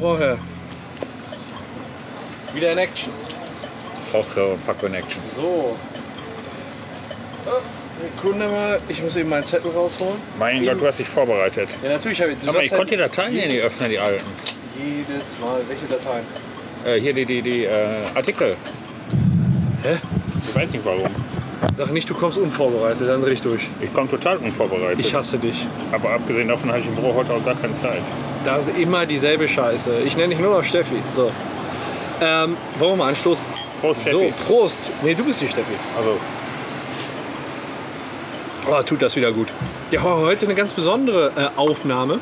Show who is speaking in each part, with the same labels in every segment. Speaker 1: Oh, Herr. Wieder in Action.
Speaker 2: Hoche und Pack Connection.
Speaker 1: So. Oh, Sekunde mal, ich muss eben meinen Zettel rausholen.
Speaker 2: Mein Gott, du hast dich vorbereitet.
Speaker 1: Ja, natürlich habe ich. du
Speaker 2: Aber
Speaker 1: sagst
Speaker 2: ich konnte die Dateien ja nicht öffnen, die alten.
Speaker 1: halt jedes Mal. Welche Dateien?
Speaker 2: Äh, hier die, die, die äh, Artikel.
Speaker 1: Hä?
Speaker 2: Ich weiß nicht warum.
Speaker 1: Sag nicht, du kommst unvorbereitet, dann dreh ich durch.
Speaker 2: Ich komme total unvorbereitet.
Speaker 1: Ich hasse dich.
Speaker 2: Aber abgesehen davon hatte ich im Büro heute auch gar keine Zeit.
Speaker 1: Da ist immer dieselbe Scheiße. Ich nenne dich nur noch Steffi. So. Ähm, wollen wir mal anstoßen?
Speaker 2: Prost, Steffi.
Speaker 1: So, Prost. Nee, du bist die Steffi.
Speaker 2: Also,
Speaker 1: Oh, tut das wieder gut. Ja, ho- heute eine ganz besondere äh, Aufnahme.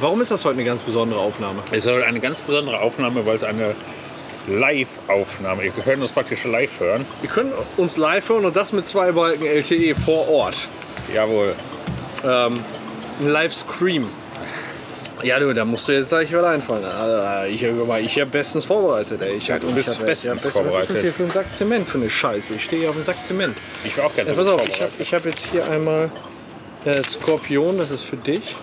Speaker 1: Warum ist das heute eine ganz besondere Aufnahme?
Speaker 2: es ist heute eine ganz besondere Aufnahme, weil es eine Live-Aufnahme ist. Wir können uns praktisch live hören.
Speaker 1: Wir können uns live hören und das mit zwei Balken LTE vor Ort.
Speaker 2: Jawohl.
Speaker 1: Ein Livestream. Ja, du, da musst du jetzt gleich wieder einfallen. Alter, Ich habe ich hab bestens vorbereitet, ey. Ich hab,
Speaker 2: du bist
Speaker 1: ich hab,
Speaker 2: bestens
Speaker 1: ich hab, Was ist das
Speaker 2: vorbereitet.
Speaker 1: hier für ein Sack Zement für eine Scheiße? Ich stehe hier auf dem Sack Zement.
Speaker 2: Ich war auch ganz
Speaker 1: Ja,
Speaker 2: ja,
Speaker 1: pass auf, ich habe
Speaker 2: vorbereitet.
Speaker 1: ich hab jetzt hier einmal äh, Skorpion, das ist für dich.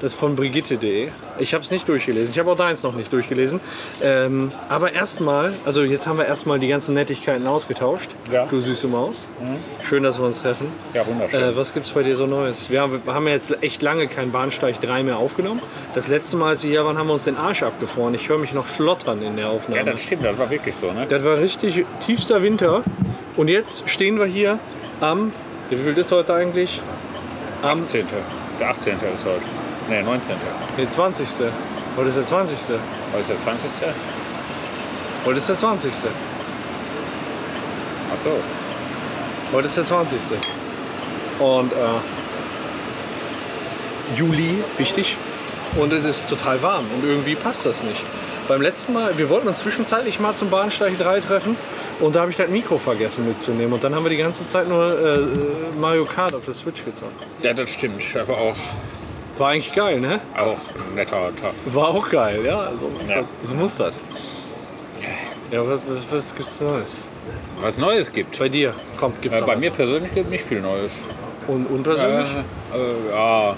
Speaker 1: Das ist von Brigitte.de. Ich habe es nicht durchgelesen. Ich habe auch deins noch nicht durchgelesen. Ähm, aber erstmal, also jetzt haben wir erstmal die ganzen Nettigkeiten ausgetauscht.
Speaker 2: Ja. Mhm.
Speaker 1: Du süße Maus. Schön, dass wir uns treffen.
Speaker 2: Ja, wunderschön.
Speaker 1: Äh, was gibt's bei dir so Neues? Wir haben, wir haben ja jetzt echt lange kein Bahnsteig 3 mehr aufgenommen. Das letzte Mal, als wir hier waren, haben wir uns den Arsch abgefroren. Ich höre mich noch schlottern in der Aufnahme.
Speaker 2: ja, das stimmt, das war wirklich so, ne?
Speaker 1: Das war richtig tiefster Winter. Und jetzt stehen wir hier am. Wie viel ist heute eigentlich?
Speaker 2: Der 18. Der 18. ist heute. Ne, 19.
Speaker 1: Der 20. Heute ist der 20.
Speaker 2: Heute ist der 20.
Speaker 1: Heute ist der 20.
Speaker 2: Ach so.
Speaker 1: Heute ist der 20. Und äh, Juli, wichtig. Und es ist total warm und irgendwie passt das nicht. Beim letzten Mal, wir wollten uns zwischenzeitlich mal zum Bahnsteig 3 treffen und da habe ich das Mikro vergessen mitzunehmen. Und dann haben wir die ganze Zeit nur äh, Mario Kart auf der Switch gezockt.
Speaker 2: Ja, das stimmt. Das war auch,
Speaker 1: War eigentlich geil, ne?
Speaker 2: auch ein netter Tag.
Speaker 1: War auch geil, ja. So, ist
Speaker 2: Ja.
Speaker 1: Das, so muss das. Ja, was, was, was gibt's Neues?
Speaker 2: Was Neues gibt.
Speaker 1: Bei dir, komm, gibt's
Speaker 2: Äh,
Speaker 1: noch
Speaker 2: bei
Speaker 1: was?
Speaker 2: mir persönlich gibt nicht viel Neues.
Speaker 1: Und unpersönlich?
Speaker 2: Äh, äh, ja.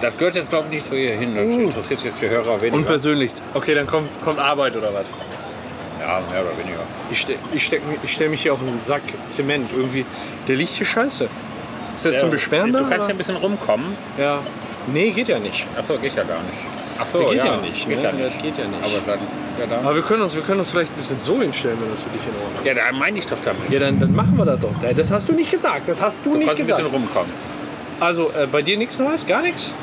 Speaker 2: Das gehört jetzt, glaube ich, nicht so hier hin. Das
Speaker 1: Uh.
Speaker 2: interessiert jetzt die Hörer weniger.
Speaker 1: Unpersönlich. Okay, dann kommt, kommt Arbeit oder was?
Speaker 2: ja, mehr oder weniger.
Speaker 1: Ich, ste ich, steck, mi- ich stelle mich hier auf einen Sack Zement. Irgendwie, der liegt hier scheiße. Ist der zum Beschweren da?
Speaker 2: Du kannst ja
Speaker 1: oder?
Speaker 2: ein bisschen rumkommen.
Speaker 1: ja. Nee, geht ja nicht.
Speaker 2: Achso, geht ja gar nicht. Achso,
Speaker 1: Der geht
Speaker 2: ja,
Speaker 1: ja nicht,
Speaker 2: Geht
Speaker 1: ne?
Speaker 2: ja nicht.
Speaker 1: Das geht ja nicht.
Speaker 2: Aber dann, ja, dann.
Speaker 1: Aber wir können uns, wir können uns vielleicht ein bisschen so hinstellen, wenn das für dich in Ordnung ist.
Speaker 2: Ja, da meine ich doch damit.
Speaker 1: Ja, dann, dann machen wir das doch. Das hast du nicht gesagt. Das hast du,
Speaker 2: du
Speaker 1: nicht
Speaker 2: kannst ein bisschen
Speaker 1: gesagt.
Speaker 2: rumkommen.
Speaker 1: Also, äh, bei dir nichts Neues? Gar nichts?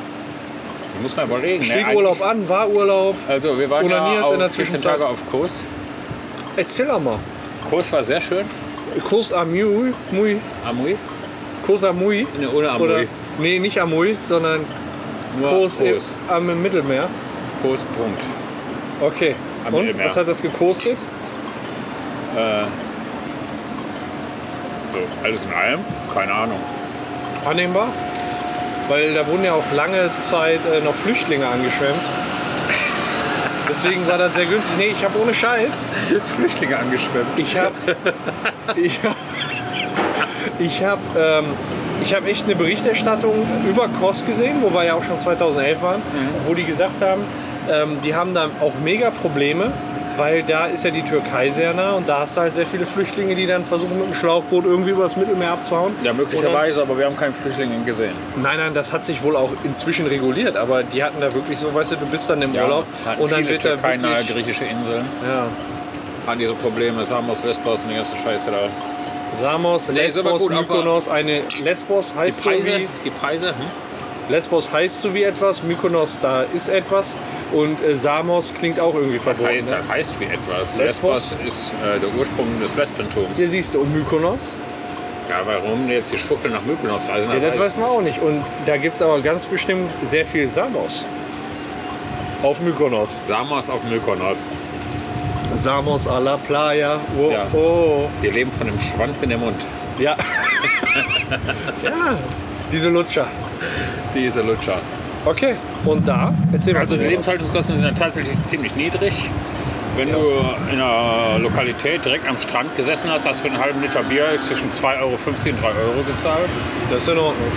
Speaker 2: Ich muss mal überlegen. ne?
Speaker 1: Steht Urlaub an? War Urlaub?
Speaker 2: Also wir waren
Speaker 1: Unaniert
Speaker 2: ja
Speaker 1: in der
Speaker 2: auf 14
Speaker 1: Zwischenzeit.
Speaker 2: Tage auf Kurs.
Speaker 1: Erzähl doch mal.
Speaker 2: Kurs war sehr schön.
Speaker 1: Kurs Amui, Mui,
Speaker 2: Amui.
Speaker 1: Kurs Amui.
Speaker 2: Ne, ohne Amui.
Speaker 1: Oder, nee, nicht Amui, sondern
Speaker 2: Nur
Speaker 1: Kurs, im-
Speaker 2: Kurs.
Speaker 1: am Mittelmeer.
Speaker 2: Kurs, Punkt.
Speaker 1: Okay.
Speaker 2: Am
Speaker 1: Und
Speaker 2: Mittelmeer.
Speaker 1: was hat das gekostet?
Speaker 2: So, alles in allem? Keine Ahnung.
Speaker 1: Annehmbar? Weil da wurden ja auch lange Zeit äh, noch Flüchtlinge angeschwemmt. Deswegen war das sehr günstig. Nee, ich habe ohne Scheiß.
Speaker 2: Flüchtlinge angeschwemmt.
Speaker 1: Ich habe ich hab, ich hab, ähm, ich hab echt eine Berichterstattung über Kos gesehen, wo wir ja auch schon 2011 waren,
Speaker 2: Mhm.
Speaker 1: wo die gesagt haben, ähm, die haben da auch mega Probleme, weil da ist ja die Türkei sehr nah und da hast du halt sehr viele Flüchtlinge, die dann versuchen mit dem Schlauchboot irgendwie übers Mittelmeer abzuhauen.
Speaker 2: Ja,
Speaker 1: Und
Speaker 2: möglicherweise, aber wir haben keinen Flüchtling gesehen.
Speaker 1: dann- Nein, nein, das hat sich wohl auch inzwischen reguliert, aber die hatten da wirklich so, weißt du, du bist dann im Urlaub
Speaker 2: hatten
Speaker 1: und dann
Speaker 2: viele
Speaker 1: wird da
Speaker 2: Türkei nahe
Speaker 1: wirklich,
Speaker 2: griechische Inseln.
Speaker 1: ja,
Speaker 2: Hatten diese Probleme, Samos, Lesbos und die ganze Scheiße da.
Speaker 1: Samos,
Speaker 2: Nee, ist aber
Speaker 1: Lesbos,
Speaker 2: gut, aber-
Speaker 1: Mykonos, eine Lesbos heißt so wie
Speaker 2: die Preise hm?
Speaker 1: Lesbos heißt so wie etwas, Mykonos da ist etwas und äh, Samos klingt auch irgendwie verboten.
Speaker 2: heißt,
Speaker 1: Ne?
Speaker 2: heißt wie etwas.
Speaker 1: Lesbos?
Speaker 2: Lesbos, ist äh, der Ursprung des Lesbentums.
Speaker 1: Hier siehst du, und Mykonos
Speaker 2: Ja, warum jetzt die Schwuchtel nach Mülken ausreisen?
Speaker 1: Ja, das weiß man auch nicht. Und da gibt es aber ganz bestimmt sehr viel Samos. Auf Mykonos.
Speaker 2: Samos auf Mykonos.
Speaker 1: Samos a la Playa. Oh,
Speaker 2: Ja.
Speaker 1: oh.
Speaker 2: Die leben von dem Schwanz in dem Mund.
Speaker 1: ja. ja, diese Lutscher.
Speaker 2: Diese Lutscher.
Speaker 1: Okay, und da? Erzähl mal.
Speaker 2: Also die
Speaker 1: drüber.
Speaker 2: Lebenshaltungskosten sind dann tatsächlich ziemlich niedrig. Wenn du in einer Lokalität direkt am Strand gesessen hast, hast du für einen halben Liter Bier zwischen 2,50 Euro und 3 Euro gezahlt.
Speaker 1: Das ist in Ordnung.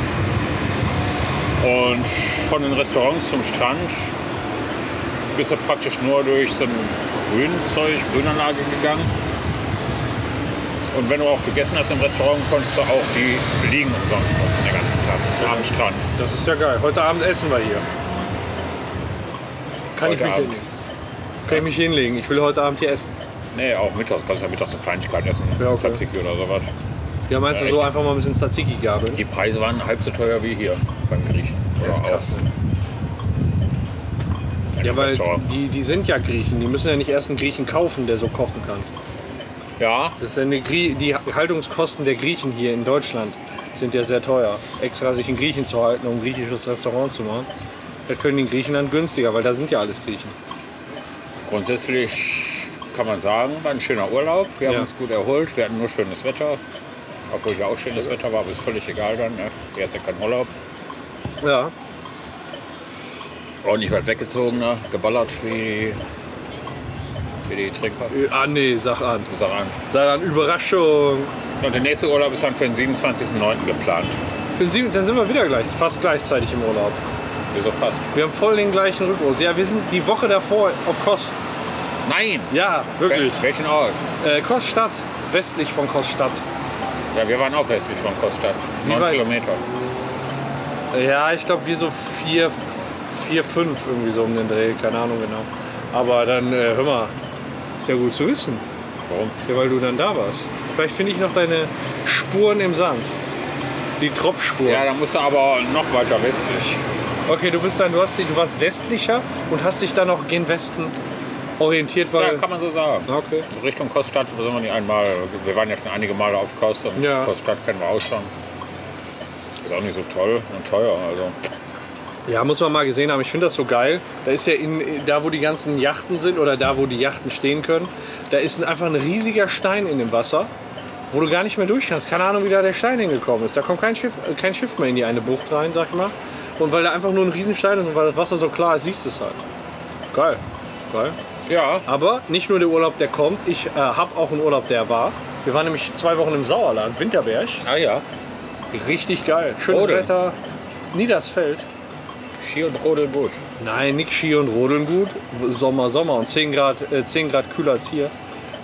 Speaker 2: Und von den Restaurants zum Strand bist du praktisch nur durch so ein Grünzeug, Grünanlage gegangen. Und wenn du auch gegessen hast im Restaurant, konntest du auch die Liegen umsonst nutzen den ganzen Tag am Strand.
Speaker 1: Das ist ja geil. Heute Abend essen wir hier. Kann ich
Speaker 2: Heute
Speaker 1: mich
Speaker 2: Abend.
Speaker 1: hinlegen? Kann ich mich hinlegen? Ich will heute Abend hier essen.
Speaker 2: Nee, auch mittags kannst du ja mittags eine Kleinigkeit essen,
Speaker 1: Ja, okay.
Speaker 2: Tzatziki oder sowas.
Speaker 1: Ja, meinst du
Speaker 2: Ja,
Speaker 1: so einfach mal ein bisschen Tzatziki gabeln?
Speaker 2: Die Preise waren halb so teuer wie hier beim Griechen.
Speaker 1: Das ist
Speaker 2: Oder
Speaker 1: krass.
Speaker 2: auch
Speaker 1: Ja,
Speaker 2: in einem
Speaker 1: weil
Speaker 2: Restaurant.
Speaker 1: die, die sind ja Griechen. Die müssen ja nicht erst einen Griechen kaufen, der so kochen kann.
Speaker 2: ja,
Speaker 1: Das ist ja eine Grie die Haltungskosten der Griechen hier in Deutschland sind ja sehr teuer. Extra sich in Griechen zu halten, um ein griechisches Restaurant zu machen. Da können die in Griechenland günstiger, weil da sind ja alles Griechen.
Speaker 2: Grundsätzlich kann man sagen, war ein schöner Urlaub. Wir haben
Speaker 1: Ja.
Speaker 2: uns gut erholt. Wir hatten nur schönes Wetter. Obwohl ja auch schönes Wetter war, aber ist völlig egal dann. Ne? Der ist ja kein Urlaub.
Speaker 1: Ja,
Speaker 2: Ordentlich weit weggezogen, ne? geballert wie, wie die Trinker.
Speaker 1: Äh, Ah nee, sag an.
Speaker 2: Sag an.
Speaker 1: Sag an, Überraschung.
Speaker 2: Und der nächste Urlaub ist dann für den 27.09. geplant.
Speaker 1: Dann sind dann sind wir wieder gleich, fast gleichzeitig im Urlaub.
Speaker 2: Wieso fast?
Speaker 1: Wir haben voll den gleichen Rhythmus. Ja, wir sind die Woche davor auf Kos.
Speaker 2: Nein!
Speaker 1: Ja, wirklich.
Speaker 2: Wel- Welchen Ort?
Speaker 1: Äh, Kosstadt, westlich von Kosstadt.
Speaker 2: Ja, wir waren auch westlich von Koststadt.
Speaker 1: Wie
Speaker 2: Neun
Speaker 1: weit?
Speaker 2: Kilometer.
Speaker 1: Ja, ich glaube, wir so vier, vier, fünf irgendwie so um den Dreh. Keine Ahnung genau. Aber dann, äh, hör mal, ist ja gut zu wissen.
Speaker 2: Warum?
Speaker 1: Ja, weil du dann da warst. Vielleicht finde ich noch deine Spuren im Sand. Die Tropfspuren.
Speaker 2: Ja, da musst du aber noch weiter westlich.
Speaker 1: Okay, du bist dann, du, hast, dich- du warst westlicher und hast dich dann auch gen Westen orientiert,
Speaker 2: Ja,
Speaker 1: weil.
Speaker 2: kann man so sagen.
Speaker 1: okay.
Speaker 2: Richtung Koststadt sind wir nicht einmal. Wir waren ja schon einige Male auf Kost und
Speaker 1: Ja.
Speaker 2: Koststadt kennen wir auch schon. Ist auch nicht so toll und teuer. Also.
Speaker 1: Ja, muss man mal gesehen haben. Ich finde das so geil. Da ist ja in, da, wo die ganzen Yachten sind oder da, wo die Yachten stehen können, da ist einfach ein riesiger Stein in dem Wasser, wo du gar nicht mehr durch kannst. Keine Ahnung, wie da der Stein hingekommen ist. Da kommt kein Schiff, äh, kein Schiff mehr in die eine Bucht rein, sag ich mal. Und weil da einfach nur ein Riesenstein ist und weil das Wasser so klar ist, siehst du es halt. Geil. Geil.
Speaker 2: Ja,
Speaker 1: Aber nicht nur der Urlaub, der kommt. Ich äh, habe auch einen Urlaub, der war. Wir waren nämlich zwei Wochen im Sauerland, Winterberg.
Speaker 2: ah ja.
Speaker 1: Richtig geil. Schönes
Speaker 2: Rodeln.
Speaker 1: Wetter. Niedersfeld.
Speaker 2: Ski und Rodeln gut.
Speaker 1: Nein, nix Ski und Rodeln gut. Sommer, Sommer und 10 Grad, äh, 10 Grad kühler als hier.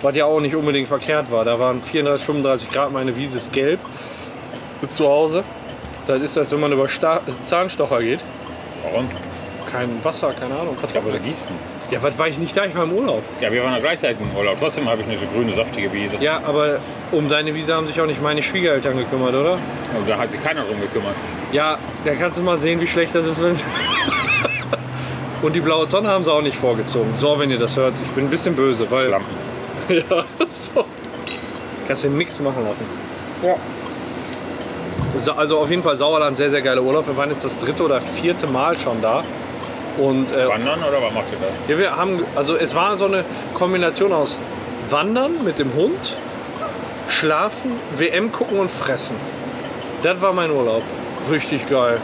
Speaker 1: Was ja auch nicht unbedingt verkehrt war. Da waren 34, 35 Grad, meine Wiese ist gelb. Zu Hause. Das ist, als wenn man über Sta Zahnstocher geht.
Speaker 2: Warum?
Speaker 1: Kein Wasser, keine Ahnung.
Speaker 2: Ich glaube, sie gießen.
Speaker 1: Ja, was war ich nicht da? Ich war im Urlaub.
Speaker 2: Ja, wir waren ja gleichzeitig im Urlaub. Trotzdem habe ich eine so grüne, saftige Wiese.
Speaker 1: Ja, aber um deine Wiese haben sich auch nicht meine Schwiegereltern gekümmert, oder?
Speaker 2: Und da hat sich keiner drum gekümmert.
Speaker 1: Ja, da kannst du mal sehen, wie schlecht das ist, wenn Und die blaue Tonne haben sie auch nicht vorgezogen. So, wenn ihr das hört, ich bin ein bisschen böse, weil.
Speaker 2: Lampen.
Speaker 1: Ja, so. Kannst du nichts machen lassen. Ja. Sa- Also auf jeden Fall Sauerland, sehr, sehr geiler Urlaub. Wir waren jetzt das dritte oder vierte Mal schon da. Und äh,
Speaker 2: Wandern oder was macht ihr da?
Speaker 1: ja, wir haben, also es war so eine Kombination aus Wandern mit dem Hund, Schlafen, WM gucken und fressen. Das war mein Urlaub. Richtig geil.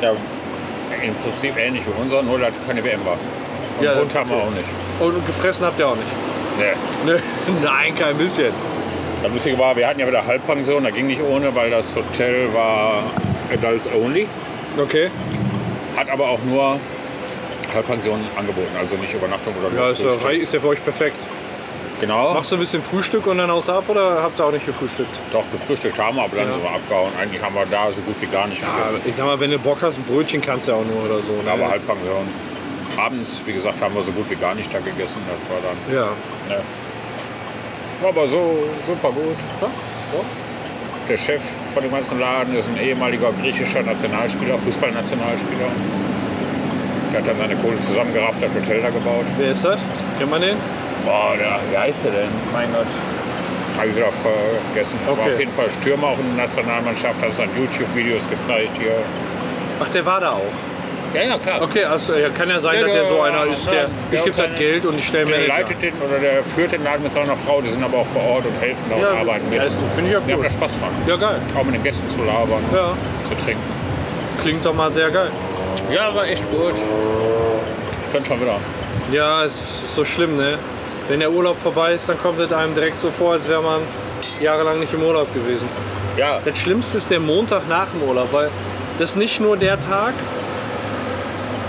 Speaker 2: Ja, im Prinzip ähnlich wie unser, nur dass keine WM war. Und
Speaker 1: Ja,
Speaker 2: ja, Hund
Speaker 1: das-
Speaker 2: haben wir auch nicht.
Speaker 1: Und gefressen habt ihr auch nicht.
Speaker 2: Nee.
Speaker 1: Nö, Nein, kein bisschen.
Speaker 2: Das Lustige war, wir hatten ja wieder Halbpension, da ging nicht ohne, weil das Hotel war Adults Only.
Speaker 1: Okay.
Speaker 2: hat aber auch nur Halbpension angeboten, also nicht Übernachtung oder
Speaker 1: Ja,
Speaker 2: nur
Speaker 1: ist ja,
Speaker 2: Frühstück.
Speaker 1: ist ja für euch perfekt.
Speaker 2: Genau,
Speaker 1: Machst du ein bisschen Frühstück und dann aus ab oder habt ihr auch nicht gefrühstückt?
Speaker 2: doch gefrühstückt haben wir, aber dann
Speaker 1: Ja.
Speaker 2: sind wir abgehauen. Eigentlich haben wir da so gut wie gar nicht
Speaker 1: Also,
Speaker 2: gegessen.
Speaker 1: ich sag mal, wenn du Bock hast, ein Brötchen kannst du ja auch nur oder so. Ne?
Speaker 2: Aber halt Halbpension. Abends, wie gesagt, haben wir so gut wie gar nicht da gegessen. Das war dann.
Speaker 1: ja.
Speaker 2: Ne. War aber so super gut.
Speaker 1: Ja,
Speaker 2: Der Chef von dem ganzen Laden ist ein ehemaliger griechischer Nationalspieler, Fußballnationalspieler. Der hat dann seine Kohle zusammengerafft, hat Hotel da gebaut.
Speaker 1: Wer ist das? Kennt man den?
Speaker 2: Boah, der, wie heißt der denn? Mein Gott. Habe ich wieder vergessen.
Speaker 1: Okay.
Speaker 2: Aber auf jeden Fall Stürmer auch in der Nationalmannschaft, hat es an YouTube-Videos gezeigt hier.
Speaker 1: Ach, der war da auch.
Speaker 2: Ja, ja, klar.
Speaker 1: Okay, also ja, kann ja sein,
Speaker 2: Ja,
Speaker 1: dass der
Speaker 2: der-
Speaker 1: so einer ist, der,
Speaker 2: ja, der
Speaker 1: ich gebe
Speaker 2: hat
Speaker 1: das
Speaker 2: seine-
Speaker 1: Geld und ich stelle mir
Speaker 2: Der
Speaker 1: Geld
Speaker 2: leitet den oder der führt den Laden mit seiner Frau, die sind aber auch vor Ort und helfen da
Speaker 1: Ja,
Speaker 2: und arbeiten mit.
Speaker 1: ja, ist- finde ich ja
Speaker 2: Die haben
Speaker 1: cool.
Speaker 2: da Spaß dran.
Speaker 1: an. Ja, geil.
Speaker 2: Auch mit den Gästen zu labern,
Speaker 1: Ja,
Speaker 2: zu trinken.
Speaker 1: klingt doch mal sehr geil.
Speaker 2: Ja, war echt gut. Ich könnte schon wieder.
Speaker 1: Ja, es ist so schlimm, ne? Wenn der Urlaub vorbei ist, dann kommt es einem direkt so vor, als wäre man jahrelang nicht im Urlaub gewesen.
Speaker 2: Ja,
Speaker 1: Das Schlimmste ist der Montag nach dem Urlaub, weil das ist nicht nur der Tag,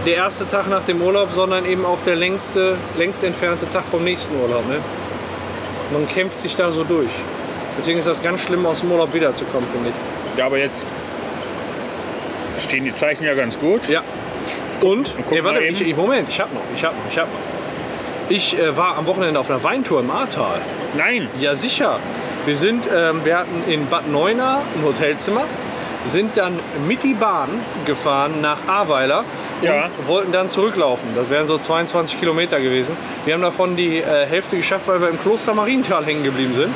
Speaker 1: der erste Tag nach dem Urlaub, sondern eben auch der längste, längst entfernte Tag vom nächsten Urlaub. Ne? Man kämpft sich da so durch. Deswegen ist das ganz schlimm, aus dem Urlaub wiederzukommen, finde ich.
Speaker 2: ja, aber jetzt stehen die Zeichen ja ganz gut.
Speaker 1: Ja. Und,
Speaker 2: guck
Speaker 1: nee, warte,
Speaker 2: mal eben.
Speaker 1: ich, ich, Moment, ich hab noch, ich hab noch, ich hab noch. Ich äh, war am Wochenende auf einer Weintour im Ahrtal.
Speaker 2: Nein,
Speaker 1: Ja, sicher. Wir, sind, ähm, wir hatten in Bad Neuna ein Hotelzimmer, sind dann mit die Bahn gefahren nach Ahrweiler
Speaker 2: Ja.
Speaker 1: und wollten dann zurücklaufen. Das wären so 22 Kilometer gewesen. Wir haben davon die äh, Hälfte geschafft, weil wir im Kloster Marienthal hängen geblieben sind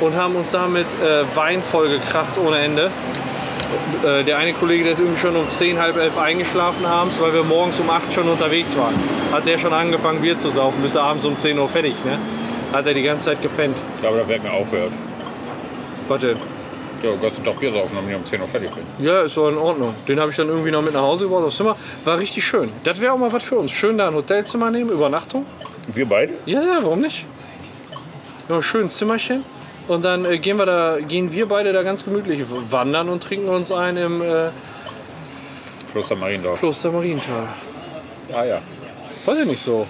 Speaker 1: und haben uns damit äh, Wein vollgekracht ohne Ende. Äh, der eine Kollege, der ist irgendwie schon um 10, halb elf eingeschlafen abends, weil wir morgens um 8 schon unterwegs waren. Hat der schon angefangen, Bier zu saufen, bis er abends um 10 Uhr fertig, ne? Hat er die ganze Zeit gepennt.
Speaker 2: aber da wird mir aufhört.
Speaker 1: Warte,
Speaker 2: Ja, du kannst doch Bier saufen, wenn ich um 10 Uhr fertig bin.
Speaker 1: ja, ist doch in Ordnung. Den habe ich dann irgendwie noch mit nach Hause gebracht aufs Zimmer. War richtig schön. Das wäre auch mal was für uns. Schön da ein Hotelzimmer nehmen, Übernachtung.
Speaker 2: Wir beide?
Speaker 1: Ja, ja, warum nicht? Ja, schön Zimmerchen. Und dann äh, gehen wir da, gehen wir beide da ganz gemütlich wandern und trinken uns ein im äh,
Speaker 2: Kloster Mariendorf.
Speaker 1: Kloster Marienthal.
Speaker 2: Ah ja.
Speaker 1: Weiß ich nicht so.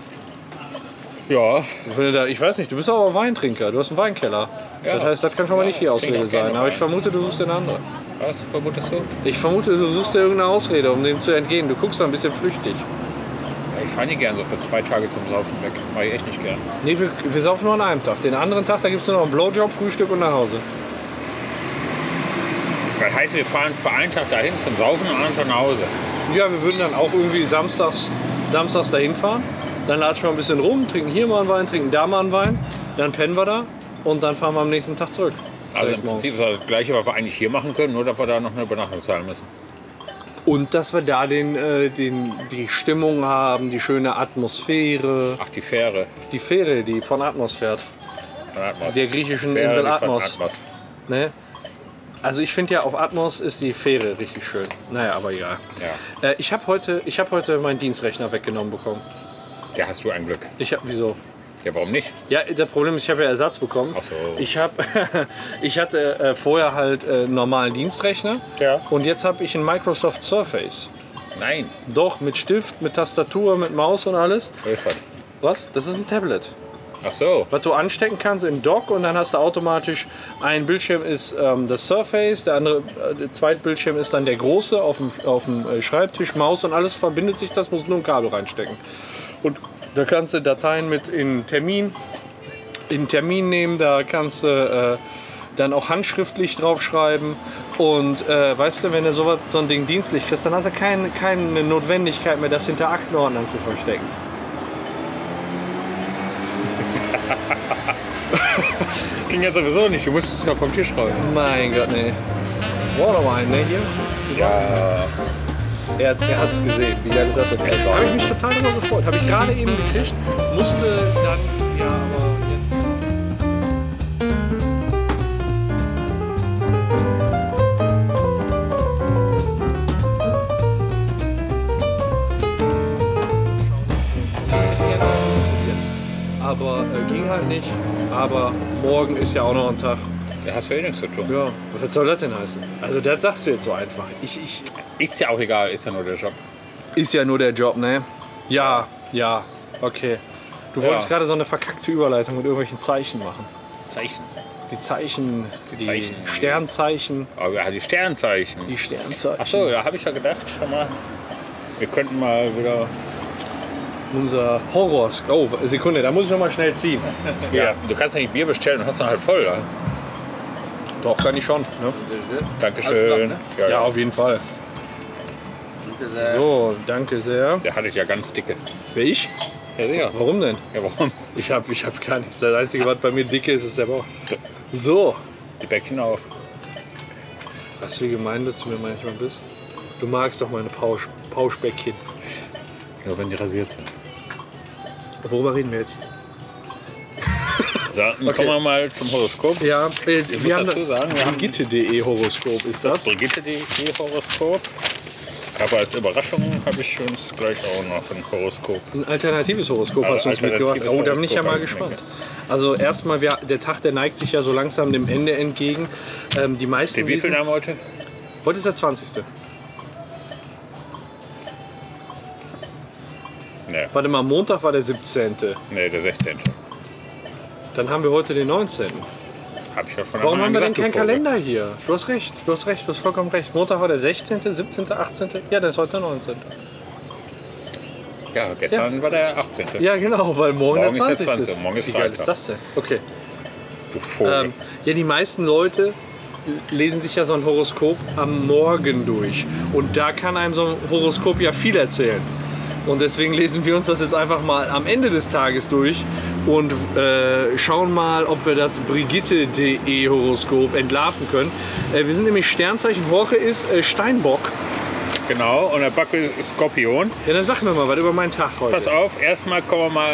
Speaker 2: Ja,
Speaker 1: Ich, finde da, ich weiß nicht, du bist aber Weintrinker, du hast einen Weinkeller.
Speaker 2: Ja.
Speaker 1: Das heißt, das kann schon mal
Speaker 2: Ja,
Speaker 1: nicht die
Speaker 2: ich
Speaker 1: Ausrede
Speaker 2: trinke auch gerne
Speaker 1: sein. Aber ich
Speaker 2: Wein.
Speaker 1: vermute, du suchst eine andere.
Speaker 2: was verbotest du?
Speaker 1: Ich vermute, du suchst dir irgendeine Ausrede, um dem zu entgehen. Du guckst da ein bisschen flüchtig.
Speaker 2: Ich fahre nicht gern so für zwei Tage zum Saufen weg. Mach ich echt nicht gern.
Speaker 1: Nee, wir, wir saufen nur an einem Tag. Den anderen Tag, da gibt es nur noch einen Blowjob, Frühstück und nach Hause.
Speaker 2: Das heißt, wir fahren für einen Tag dahin zum Saufen und einen Tag nach Hause. Also
Speaker 1: Ja, wir würden dann auch irgendwie samstags, samstags dahin fahren. Dann latschen wir ein bisschen rum, trinken hier mal einen Wein, trinken da mal einen Wein. Dann pennen wir da und dann fahren wir am nächsten Tag zurück.
Speaker 2: Also im
Speaker 1: Direkt morgens.
Speaker 2: Prinzip ist das das Gleiche, was wir eigentlich hier machen können, nur dass wir da noch eine Übernachtung zahlen müssen.
Speaker 1: Und dass wir da den, äh, den, die Stimmung haben, die schöne Atmosphäre.
Speaker 2: Ach, die Fähre.
Speaker 1: Die Fähre, die von Atmos fährt.
Speaker 2: Von Atmos.
Speaker 1: Der griechischen
Speaker 2: Fähre,
Speaker 1: Insel
Speaker 2: die von
Speaker 1: Atmos.
Speaker 2: Atmos.
Speaker 1: Ne? Also ich finde ja, auf Atmos ist die Fähre richtig schön. Naja, aber egal.
Speaker 2: Ja,
Speaker 1: Äh, ich habe heute, ich hab heute meinen Dienstrechner weggenommen bekommen.
Speaker 2: da hast du ein Glück.
Speaker 1: Ich habe, wieso?
Speaker 2: Ja, warum nicht?
Speaker 1: Ja, das Problem ist, ich habe ja Ersatz bekommen.
Speaker 2: Ach so.
Speaker 1: Ich, hab, ich hatte äh, vorher halt äh, einen normalen Dienstrechner.
Speaker 2: Ja.
Speaker 1: Und jetzt habe ich einen Microsoft Surface.
Speaker 2: Nein,
Speaker 1: Doch, mit Stift, mit Tastatur, mit Maus und alles.
Speaker 2: wo ist das?
Speaker 1: Was? Das ist ein Tablet.
Speaker 2: Ach so.
Speaker 1: Was du anstecken kannst in Dock und dann hast du automatisch ein Bildschirm ist ähm, das Surface, der andere, äh, der zweite Bildschirm ist dann der große auf dem, auf dem äh, Schreibtisch, Maus und alles verbindet sich, das musst nur ein Kabel reinstecken. Und da kannst du Dateien mit in Termin, in Termin nehmen, da kannst du äh, dann auch handschriftlich draufschreiben. Und äh, weißt du, wenn du so, so ein Ding dienstlich kriegst, dann hast du kein, keine Notwendigkeit mehr, das hinter Aktenordnern zu verstecken.
Speaker 2: Ging ja sowieso nicht, du musstest es ja vom Tisch räumen.
Speaker 1: Mein Gott, nee. Waterwine, ne, hier?
Speaker 2: Ja.
Speaker 1: Er, er hat's gesehen. Wie geil ist das denn?
Speaker 2: Ja,
Speaker 1: Habe ich mich total darüber gefreut. Habe ich gerade eben gekriegt. Musste dann, ja, aber jetzt. Aber äh, ging halt nicht. Aber morgen ist ja auch noch ein Tag.
Speaker 2: Da hast du eh nichts zu tun.
Speaker 1: Ja, was soll das denn heißen? Also das sagst du jetzt so einfach. Ich, ich,
Speaker 2: Ist ja auch egal, ist ja nur der Job.
Speaker 1: ist ja nur der Job, ne? Ja, ja, okay. Du
Speaker 2: Ja.
Speaker 1: wolltest gerade so eine verkackte Überleitung mit irgendwelchen Zeichen machen.
Speaker 2: Zeichen.
Speaker 1: Die Zeichen, die,
Speaker 2: Zeichen.
Speaker 1: Sternzeichen,
Speaker 2: Aber ja, die Sternzeichen.
Speaker 1: die Sternzeichen.
Speaker 2: Ach so, da habe ich ja gedacht, schon mal. Wir könnten mal wieder.
Speaker 1: Unser Horrors. Oh, Sekunde, da muss ich nochmal schnell ziehen.
Speaker 2: Ja. Du kannst ja nicht Bier bestellen und hast dann halt voll. Ne?
Speaker 1: Doch, kann ich schon. Ne?
Speaker 2: Dankeschön.
Speaker 3: Alles zusammen, ne?
Speaker 2: ja,
Speaker 1: Ja,
Speaker 2: ja.
Speaker 1: auf jeden Fall.
Speaker 3: Bitte sehr.
Speaker 1: So, danke sehr.
Speaker 2: Der hatte ich ja ganz dicke.
Speaker 1: Wer ich? Ja, sicher. Warum denn?
Speaker 2: Ja, warum?
Speaker 1: Ich habe ich hab gar nichts. Das Einzige, was bei mir dick ist, ist der Bauch. So.
Speaker 2: Die Bäckchen auch.
Speaker 1: Weißt du, wie gemein du zu mir manchmal bist? Du magst doch meine Pausch, Pauschbäckchen.
Speaker 2: Nur wenn die rasiert sind.
Speaker 1: Worüber reden wir jetzt?
Speaker 2: So, dann kommen wir mal zum Horoskop.
Speaker 1: Ja, äh,
Speaker 2: muss
Speaker 1: wir haben
Speaker 2: dazu
Speaker 1: das
Speaker 2: sagen, wir haben-
Speaker 1: Brigitte.de Horoskop ist das.
Speaker 2: Brigitte.de Horoskop. Aber als Überraschung habe ich uns gleich auch noch ein Horoskop.
Speaker 1: Ein alternatives Horoskop
Speaker 2: Also
Speaker 1: hast du uns
Speaker 2: alternatives
Speaker 1: mitgebracht. Oh, da bin ich ja mal
Speaker 2: Horoskop habe ich
Speaker 1: gespannt. Also erstmal, wir- der Tag, der neigt sich ja so langsam dem Ende entgegen. Ähm, die meisten
Speaker 2: Wie viel
Speaker 1: lesen-
Speaker 2: haben wir heute?
Speaker 1: Heute ist der 20.
Speaker 2: Nee,
Speaker 1: Warte mal, Montag war der 17.
Speaker 2: nee der 16.
Speaker 1: Dann haben wir heute den 19.
Speaker 2: Habe ich ja von
Speaker 1: Warum
Speaker 2: Anfang
Speaker 1: haben
Speaker 2: an
Speaker 1: wir denn
Speaker 2: gesagt,
Speaker 1: keinen
Speaker 2: du Vogel.
Speaker 1: Kalender hier? Du hast recht, du hast recht, du hast vollkommen recht. Montag war der 16., 17., 18. Ja, das ist heute der 19.
Speaker 2: Ja, gestern war der 18.
Speaker 1: Ja, genau, weil morgen,
Speaker 2: Morgen
Speaker 1: der
Speaker 2: ist
Speaker 1: 20.
Speaker 2: der 20., morgen ist
Speaker 1: Wie geil
Speaker 2: Freitag.
Speaker 1: ist das denn? Okay.
Speaker 2: Du Vogel.
Speaker 1: Ähm, ja, die meisten Leute lesen sich ja so ein Horoskop am Morgen durch. Und da kann einem so ein Horoskop ja viel erzählen. Und deswegen lesen wir uns das jetzt einfach mal am Ende des Tages durch und äh, schauen mal, ob wir das Brigitte.de Horoskop entlarven können. Äh, wir sind nämlich Sternzeichen. Horche ist äh, Steinbock.
Speaker 2: Genau, und der Backe ist Skorpion.
Speaker 1: Ja, dann sag mir mal was über meinen Tag heute.
Speaker 2: Pass auf, erstmal kommen wir mal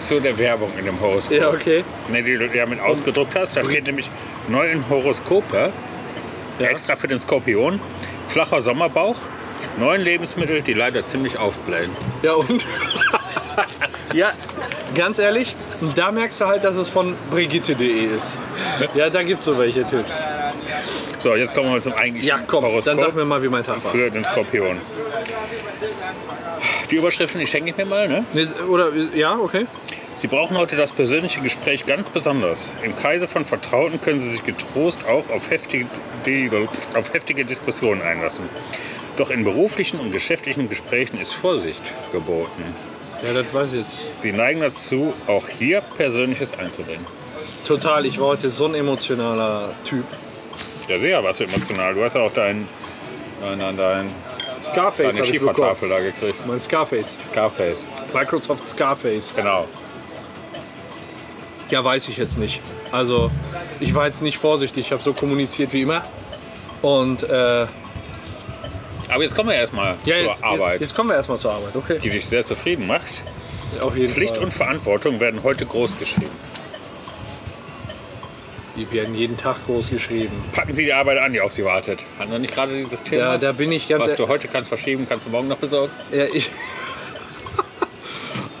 Speaker 2: zu der Werbung in dem Horoskop.
Speaker 1: Ja, okay.
Speaker 2: Ne, die du damit ausgedruckt hast. Da steht nämlich neu im Horoskop, ja? extra für den Skorpion, flacher Sommerbauch, neun Lebensmittel, die leider ziemlich aufblähen.
Speaker 1: Ja, und? ja, ganz ehrlich, da merkst du halt, dass es von Brigitte.de ist. Ja, da gibt es so welche Tipps.
Speaker 2: So, jetzt kommen wir zum eigentlichen
Speaker 1: Ja, komm,
Speaker 2: Horoskop
Speaker 1: dann sag mir mal, wie mein Tag war.
Speaker 2: für den Skorpion. Die Überschriften, die schenke ich mir mal, ne?
Speaker 1: Nee, Oder, ja, okay.
Speaker 2: Sie brauchen heute das persönliche Gespräch ganz besonders. Im Kreise von Vertrauten können Sie sich getrost auch auf heftige, die, auf heftige Diskussionen einlassen. Doch in beruflichen und geschäftlichen Gesprächen ist Vorsicht geboten.
Speaker 1: Ja, das weiß ich jetzt.
Speaker 2: Sie neigen dazu, auch hier Persönliches einzubringen.
Speaker 1: Total, ich war heute so ein emotionaler Typ.
Speaker 2: Ja, sehr warst du emotional. Du hast ja auch dein, nein, nein, dein,
Speaker 1: Scarface
Speaker 2: deine
Speaker 1: habe ich bekommen.
Speaker 2: Schiefertafel da gekriegt.
Speaker 1: Mein Scarface.
Speaker 2: Scarface.
Speaker 1: Microsoft Scarface.
Speaker 2: Genau.
Speaker 1: Ja, weiß ich jetzt nicht. Also, ich war jetzt nicht vorsichtig. Ich habe so kommuniziert wie immer. Und, äh, ja,
Speaker 2: Aber jetzt kommen wir erstmal zur
Speaker 1: jetzt,
Speaker 2: Arbeit,
Speaker 1: jetzt, jetzt kommen wir erstmal zur Arbeit, okay?
Speaker 2: die dich sehr zufrieden macht.
Speaker 1: Auf jeden
Speaker 2: Pflicht
Speaker 1: Fall.
Speaker 2: und Verantwortung werden heute groß geschrieben.
Speaker 1: Die werden jeden Tag groß geschrieben.
Speaker 2: Packen Sie die Arbeit an, die auf Sie wartet. Hatten wir nicht gerade dieses Thema?
Speaker 1: Ja, da bin ich ganz
Speaker 2: Was
Speaker 1: ehr-
Speaker 2: du heute kannst verschieben, kannst du morgen noch besorgen.
Speaker 1: ja, ich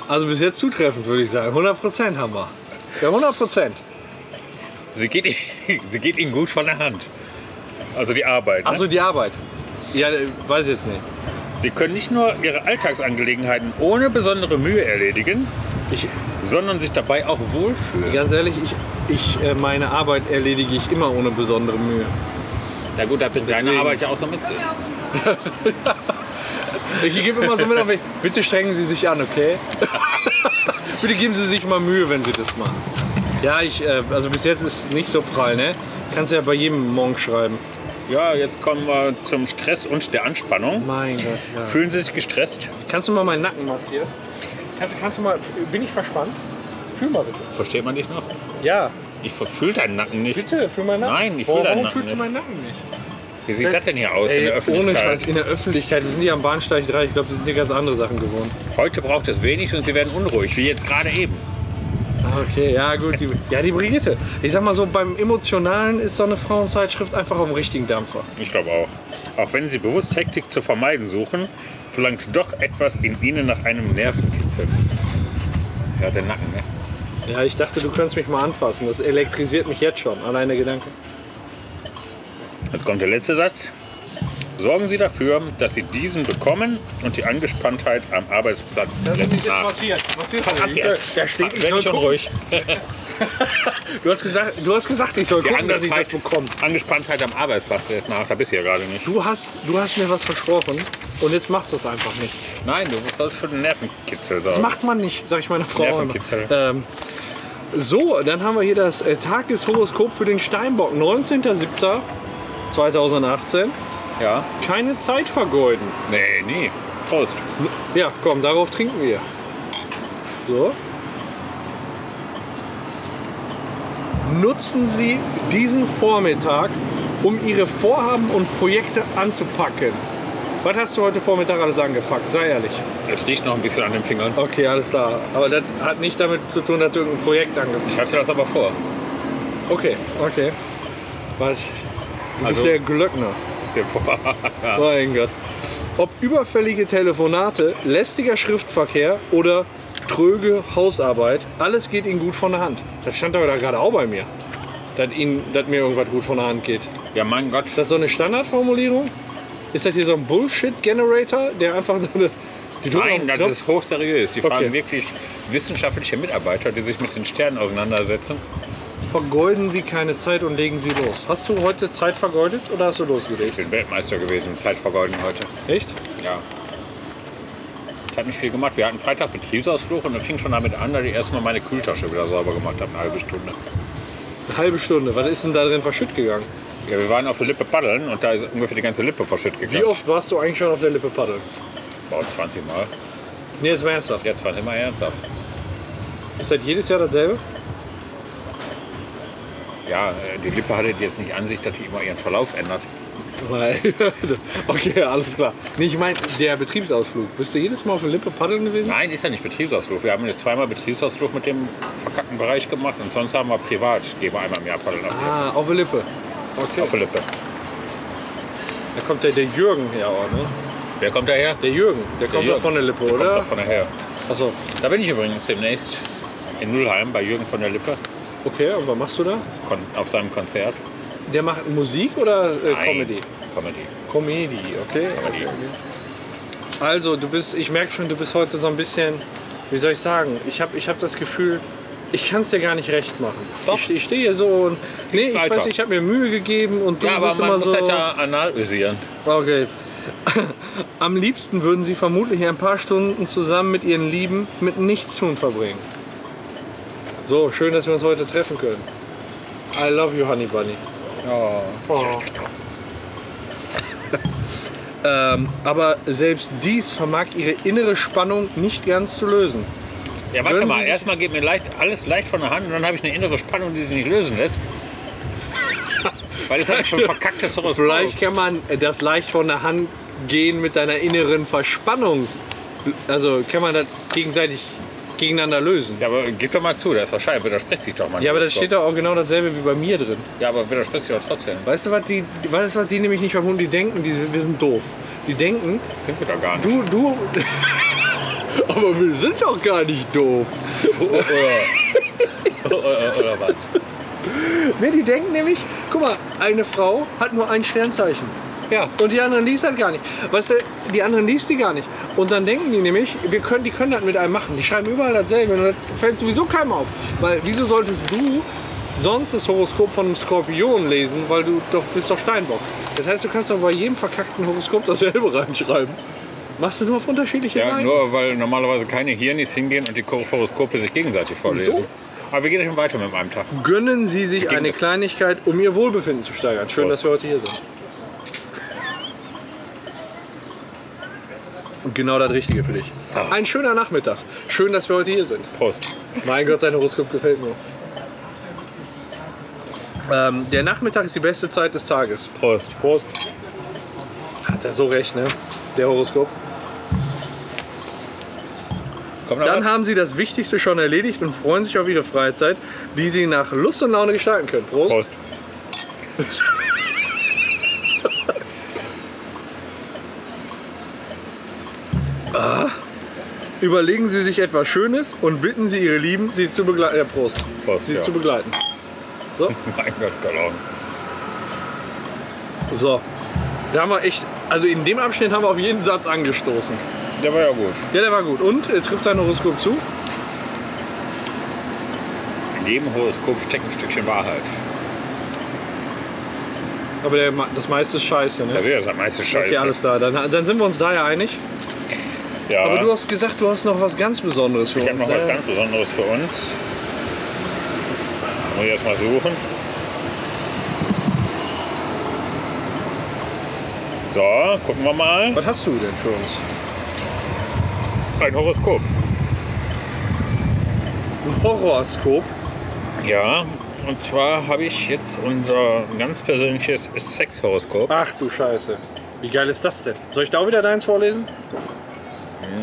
Speaker 1: Also bis jetzt zutreffend, würde ich sagen. 100% haben wir. Ja, 100%.
Speaker 2: Sie geht, Ihnen- sie geht Ihnen gut von der Hand. Also die Arbeit. Ne?
Speaker 1: Achso, die Arbeit. Ja, äh, weiß ich jetzt nicht.
Speaker 2: Sie können nicht nur Ihre Alltagsangelegenheiten ohne besondere Mühe erledigen,
Speaker 1: Ich,
Speaker 2: sondern sich dabei auch wohlfühlen.
Speaker 1: ganz ehrlich, ich, ich, äh, meine Arbeit erledige ich immer ohne besondere Mühe.
Speaker 2: Na gut, da bringt deine
Speaker 1: Deswegen.
Speaker 2: Arbeit ja auch so mit sich.
Speaker 1: Ich gebe immer so mit auf, den Weg, bitte strengen Sie sich an, okay? bitte geben Sie sich mal Mühe, wenn Sie das machen. Ja, ich, äh, also bis jetzt ist nicht so prall, ne? Kannst ja bei jedem Monk schreiben.
Speaker 2: Ja, jetzt kommen wir zum Stress und der Anspannung.
Speaker 1: Mein Gott, ja.
Speaker 2: Fühlen Sie sich gestresst?
Speaker 1: Kannst du mal meinen Nacken massieren? Kannst, kannst du mal. Bin ich verspannt? Fühl mal bitte.
Speaker 2: Versteht man dich noch?
Speaker 1: Ja,
Speaker 2: Ich fühle deinen Nacken nicht.
Speaker 1: bitte, fühl meinen Nacken.
Speaker 2: Nein, ich
Speaker 1: Boah,
Speaker 2: fühl deinen
Speaker 1: Warum
Speaker 2: Nacken
Speaker 1: fühlst du
Speaker 2: nicht.
Speaker 1: meinen Nacken nicht?
Speaker 2: Wie sieht das denn hier aus in der
Speaker 1: Ohne
Speaker 2: Öffentlichkeit?
Speaker 1: Scheiß, in der Öffentlichkeit. Wir sind hier am Bahnsteig 3. Ich glaube, wir sind hier ganz andere Sachen gewohnt.
Speaker 2: Heute braucht es wenig und Sie werden unruhig, wie jetzt gerade eben.
Speaker 1: Ah, Okay, ja, gut. Die, ja, die Brigitte. Ich sag mal so, beim Emotionalen ist so eine Frauenzeitschrift einfach auf dem richtigen Dampfer.
Speaker 2: Ich glaube auch. Auch wenn Sie bewusst Hektik zu vermeiden suchen, verlangt doch etwas in Ihnen nach einem Nervenkitzel. Ja, der Nacken, ne?
Speaker 1: Ja, ich dachte, du könntest mich mal anfassen. Das elektrisiert mich jetzt schon. Allein der Gedanke.
Speaker 2: Jetzt kommt der letzte Satz. Sorgen Sie dafür, dass Sie diesen bekommen und die Angespanntheit am Arbeitsplatz lässt nach.
Speaker 1: massieren. Massiert
Speaker 2: Ab jetzt.
Speaker 1: Da steht, ich
Speaker 2: Werd
Speaker 1: soll
Speaker 2: nicht
Speaker 1: gucken.
Speaker 2: unruhig.
Speaker 1: Du hast gesagt, du hast gesagt ich soll
Speaker 2: Die
Speaker 1: gucken, dass ich das
Speaker 2: Angespannheit-
Speaker 1: bekomme.
Speaker 2: Angespanntheit am Arbeitsplatz lässt nach. Da bist du ja gerade nicht.
Speaker 1: Du hast, du hast mir was versprochen und jetzt machst du es einfach nicht.
Speaker 2: Nein, du sollst für den Nervenkitzel
Speaker 1: Das
Speaker 2: sorgen.
Speaker 1: macht man nicht, sag ich meiner Frau. immer.
Speaker 2: Nervenkitzel.
Speaker 1: Ähm, so, dann haben wir hier das äh, Tageshoroskop für den Steinbock. 19.07.2018.
Speaker 2: Ja.
Speaker 1: Keine Zeit vergeuden.
Speaker 2: Nee, nie. Prost.
Speaker 1: Ja, komm, darauf trinken wir. So. Nutzen Sie diesen Vormittag, um Ihre Vorhaben und Projekte anzupacken. Was hast du heute Vormittag alles angepackt? Sei ehrlich.
Speaker 2: Es riecht noch ein bisschen an den Fingern.
Speaker 1: Okay, alles klar. Aber das hat nicht damit zu tun, dass du irgendein Projekt angefangen
Speaker 2: Ich hatte das aber vor.
Speaker 1: hast. Okay, okay. Was? Du bist
Speaker 2: Also-
Speaker 1: der Glöckner.
Speaker 2: Den vor.
Speaker 1: Mein Gott. Ob überfällige Telefonate, lästiger Schriftverkehr oder tröge Hausarbeit, alles geht Ihnen gut von der Hand. Das stand aber da gerade auch bei mir, dass, Ihnen, dass mir irgendwas gut von der Hand geht. Ist
Speaker 2: ja, mein Gott.
Speaker 1: das so eine Standardformulierung? Ist das hier so ein Bullshit-Generator, der einfach... Die drücken auf
Speaker 2: Nein,
Speaker 1: den
Speaker 2: das
Speaker 1: Knopf?
Speaker 2: ist hochseriös. Die fragen
Speaker 1: Okay.
Speaker 2: wirklich wissenschaftliche Mitarbeiter, die sich mit den Sternen auseinandersetzen.
Speaker 1: Vergeuden Sie keine Zeit und legen Sie los. Hast du heute Zeit vergeudet oder hast du
Speaker 2: Ich
Speaker 1: losgelegt?
Speaker 2: bin Weltmeister gewesen, im Zeitvergeuden heute.
Speaker 1: Echt?
Speaker 2: Ja. Das hat nicht viel gemacht. Wir hatten Freitag Betriebsausflug und dann fing schon damit an, dass ich erstmal meine Kühltasche wieder sauber gemacht habe, eine halbe Stunde.
Speaker 1: Eine halbe Stunde. Was ist denn da drin verschütt gegangen?
Speaker 2: Ja, wir waren auf der Lippe paddeln und da ist ungefähr die ganze Lippe verschütt
Speaker 1: Wie
Speaker 2: gegangen.
Speaker 1: oft warst du eigentlich schon auf der Lippe paddeln?
Speaker 2: Boah, 20 Mal.
Speaker 1: Nee, jetzt mal ernsthaft.
Speaker 2: Ja, 20 Mal ernsthaft.
Speaker 1: Ist das jedes Jahr dasselbe?
Speaker 2: Ja, äh, die Lippe hatte jetzt nicht an sich, dass die immer ihren Verlauf ändert.
Speaker 1: Weil- okay, alles klar. Nee, ich meine, der Betriebsausflug. Bist du jedes Mal auf der Lippe paddeln gewesen?
Speaker 2: Nein, ist ja nicht Betriebsausflug. Wir haben jetzt zweimal Betriebsausflug mit dem verkackten Bereich gemacht und sonst haben wir privat, gehen wir einmal im Jahr paddeln auf,
Speaker 1: Ah, auf der Lippe. Okay.
Speaker 2: auf der Lippe.
Speaker 1: Da kommt der, der Jürgen her, auch, ne?
Speaker 2: Wer kommt daher?
Speaker 1: Der Jürgen, der kommt doch
Speaker 2: Jürgen.
Speaker 1: von der Lippe,
Speaker 2: Der
Speaker 1: oder? Also,
Speaker 2: Kommt doch von daher.
Speaker 1: Achso,
Speaker 2: Da bin ich übrigens demnächst in Nullheim bei Jürgen von der Lippe
Speaker 1: okay, und was machst du da?
Speaker 2: kon- auf seinem Konzert.
Speaker 1: Der macht Musik oder äh,
Speaker 2: Nein.
Speaker 1: Comedy?
Speaker 2: Comedy.
Speaker 1: Comedy, okay.
Speaker 2: Comedy.
Speaker 1: Also, du bist, ich merke schon, du bist heute so ein bisschen, wie soll ich sagen, ich habe ich hab das Gefühl, ich kann es dir gar nicht recht machen.
Speaker 2: Doch.
Speaker 1: Ich, ich stehe hier so und. Nee, ich
Speaker 2: weiter.
Speaker 1: weiß, ich habe mir Mühe gegeben und du
Speaker 2: Ja, aber
Speaker 1: bist
Speaker 2: man
Speaker 1: immer
Speaker 2: muss
Speaker 1: so.
Speaker 2: halt ja anal ösieren.
Speaker 1: Okay. Am liebsten würden Sie vermutlich ein paar Stunden zusammen mit Ihren Lieben mit Nichtstun verbringen. So, schön, dass wir uns heute treffen können. I love you, Honey Bunny. Oh. ähm, aber selbst dies vermag Ihre innere Spannung nicht ganz zu lösen.
Speaker 2: Ja, warte
Speaker 1: Würden Sie
Speaker 2: mal.
Speaker 1: sich-
Speaker 2: Erstmal geht mir leicht, alles leicht von der Hand und dann habe ich eine innere Spannung, die sich nicht lösen lässt. Weil das halt schon verkacktes Horoskop.
Speaker 1: Vielleicht kann man das leicht von der Hand gehen mit deiner inneren Verspannung. Also kann man das gegenseitig gegeneinander lösen.
Speaker 2: Ja, aber gib doch mal zu, das ist doch scheiße. Widerspricht sich doch mal.
Speaker 1: Ja, aber da steht doch auch genau dasselbe wie bei mir drin.
Speaker 2: Ja, aber widerspricht sich doch trotzdem.
Speaker 1: Weißt du, was die, weißt du, was die nämlich nicht vermuten? Die denken, die, wir sind doof. Die denken,
Speaker 2: Sind wir doch gar nicht.
Speaker 1: du, du. aber wir sind doch gar nicht doof.
Speaker 2: oder, oder was?
Speaker 1: Ne, die denken nämlich, guck mal, eine Frau hat nur ein Sternzeichen.
Speaker 2: Ja.
Speaker 1: Und die anderen liest das gar nicht. Weißt du, die anderen liest die gar nicht. Und dann denken die nämlich, wir können, die können das mit einem machen. Die schreiben überall dasselbe. Und das fällt sowieso keinem auf. Weil wieso solltest du sonst das Horoskop von einem Skorpion lesen, weil du doch bist doch Steinbock. Das heißt, du kannst doch bei jedem verkackten Horoskop dasselbe reinschreiben. Machst du nur auf unterschiedliche
Speaker 2: Ja,
Speaker 1: Seiten.
Speaker 2: nur weil normalerweise keine Hirnis hingehen und die Horoskope sich gegenseitig vorlesen.
Speaker 1: So.
Speaker 2: Aber wir gehen schon weiter mit einem Tag.
Speaker 1: Gönnen Sie sich
Speaker 2: gehen
Speaker 1: eine
Speaker 2: das.
Speaker 1: Kleinigkeit, um Ihr Wohlbefinden zu steigern. Schön, dass
Speaker 2: Prost.
Speaker 1: wir heute hier sind. Und genau das Richtige für dich. Ein schöner Nachmittag. Schön, dass wir heute hier sind.
Speaker 2: Prost.
Speaker 1: Mein Gott, dein Horoskop gefällt mir. Ähm, der Nachmittag ist die beste Zeit des Tages.
Speaker 2: Prost.
Speaker 1: Prost. Hat er so recht, ne? Der Horoskop.
Speaker 2: Kommt noch
Speaker 1: Dann
Speaker 2: was?
Speaker 1: haben Sie das Wichtigste schon erledigt und freuen sich auf Ihre Freizeit, die Sie nach Lust und Laune gestalten können. Prost.
Speaker 2: Prost.
Speaker 1: Überlegen Sie sich etwas Schönes und bitten Sie Ihre Lieben, Sie zu begleiten. Ja, Prost.
Speaker 2: Prost,
Speaker 1: Sie
Speaker 2: ja.
Speaker 1: zu begleiten. So,
Speaker 2: Mein Gott, Gott.
Speaker 1: so. Da haben wir echt, also in dem Abschnitt haben wir auf jeden Satz angestoßen.
Speaker 2: Der war ja gut.
Speaker 1: Ja, der war gut. Und äh, trifft dein Horoskop zu?
Speaker 2: In jedem Horoskop steckt ein Stückchen Wahrheit.
Speaker 1: Aber der, ma- das meiste ist scheiße, ne?
Speaker 2: Das ist ja das meiste Scheiße.
Speaker 1: Okay, alles klar. Dann, dann sind wir uns da ja einig.
Speaker 2: ja.
Speaker 1: Aber du hast gesagt, du hast noch was ganz Besonderes für
Speaker 2: Ich habe
Speaker 1: uns.
Speaker 2: noch was
Speaker 1: ne?
Speaker 2: ganz Besonderes für uns. Muss ich erst mal suchen. So, gucken wir mal.
Speaker 1: was hast du denn für uns?
Speaker 2: Ein Horoskop.
Speaker 1: ein Horoskop.
Speaker 2: Ja, und zwar habe ich jetzt unser ganz persönliches Sexhoroskop.
Speaker 1: Ach du Scheiße. Wie geil ist das denn? Soll ich da auch wieder deins vorlesen?
Speaker 2: Oh,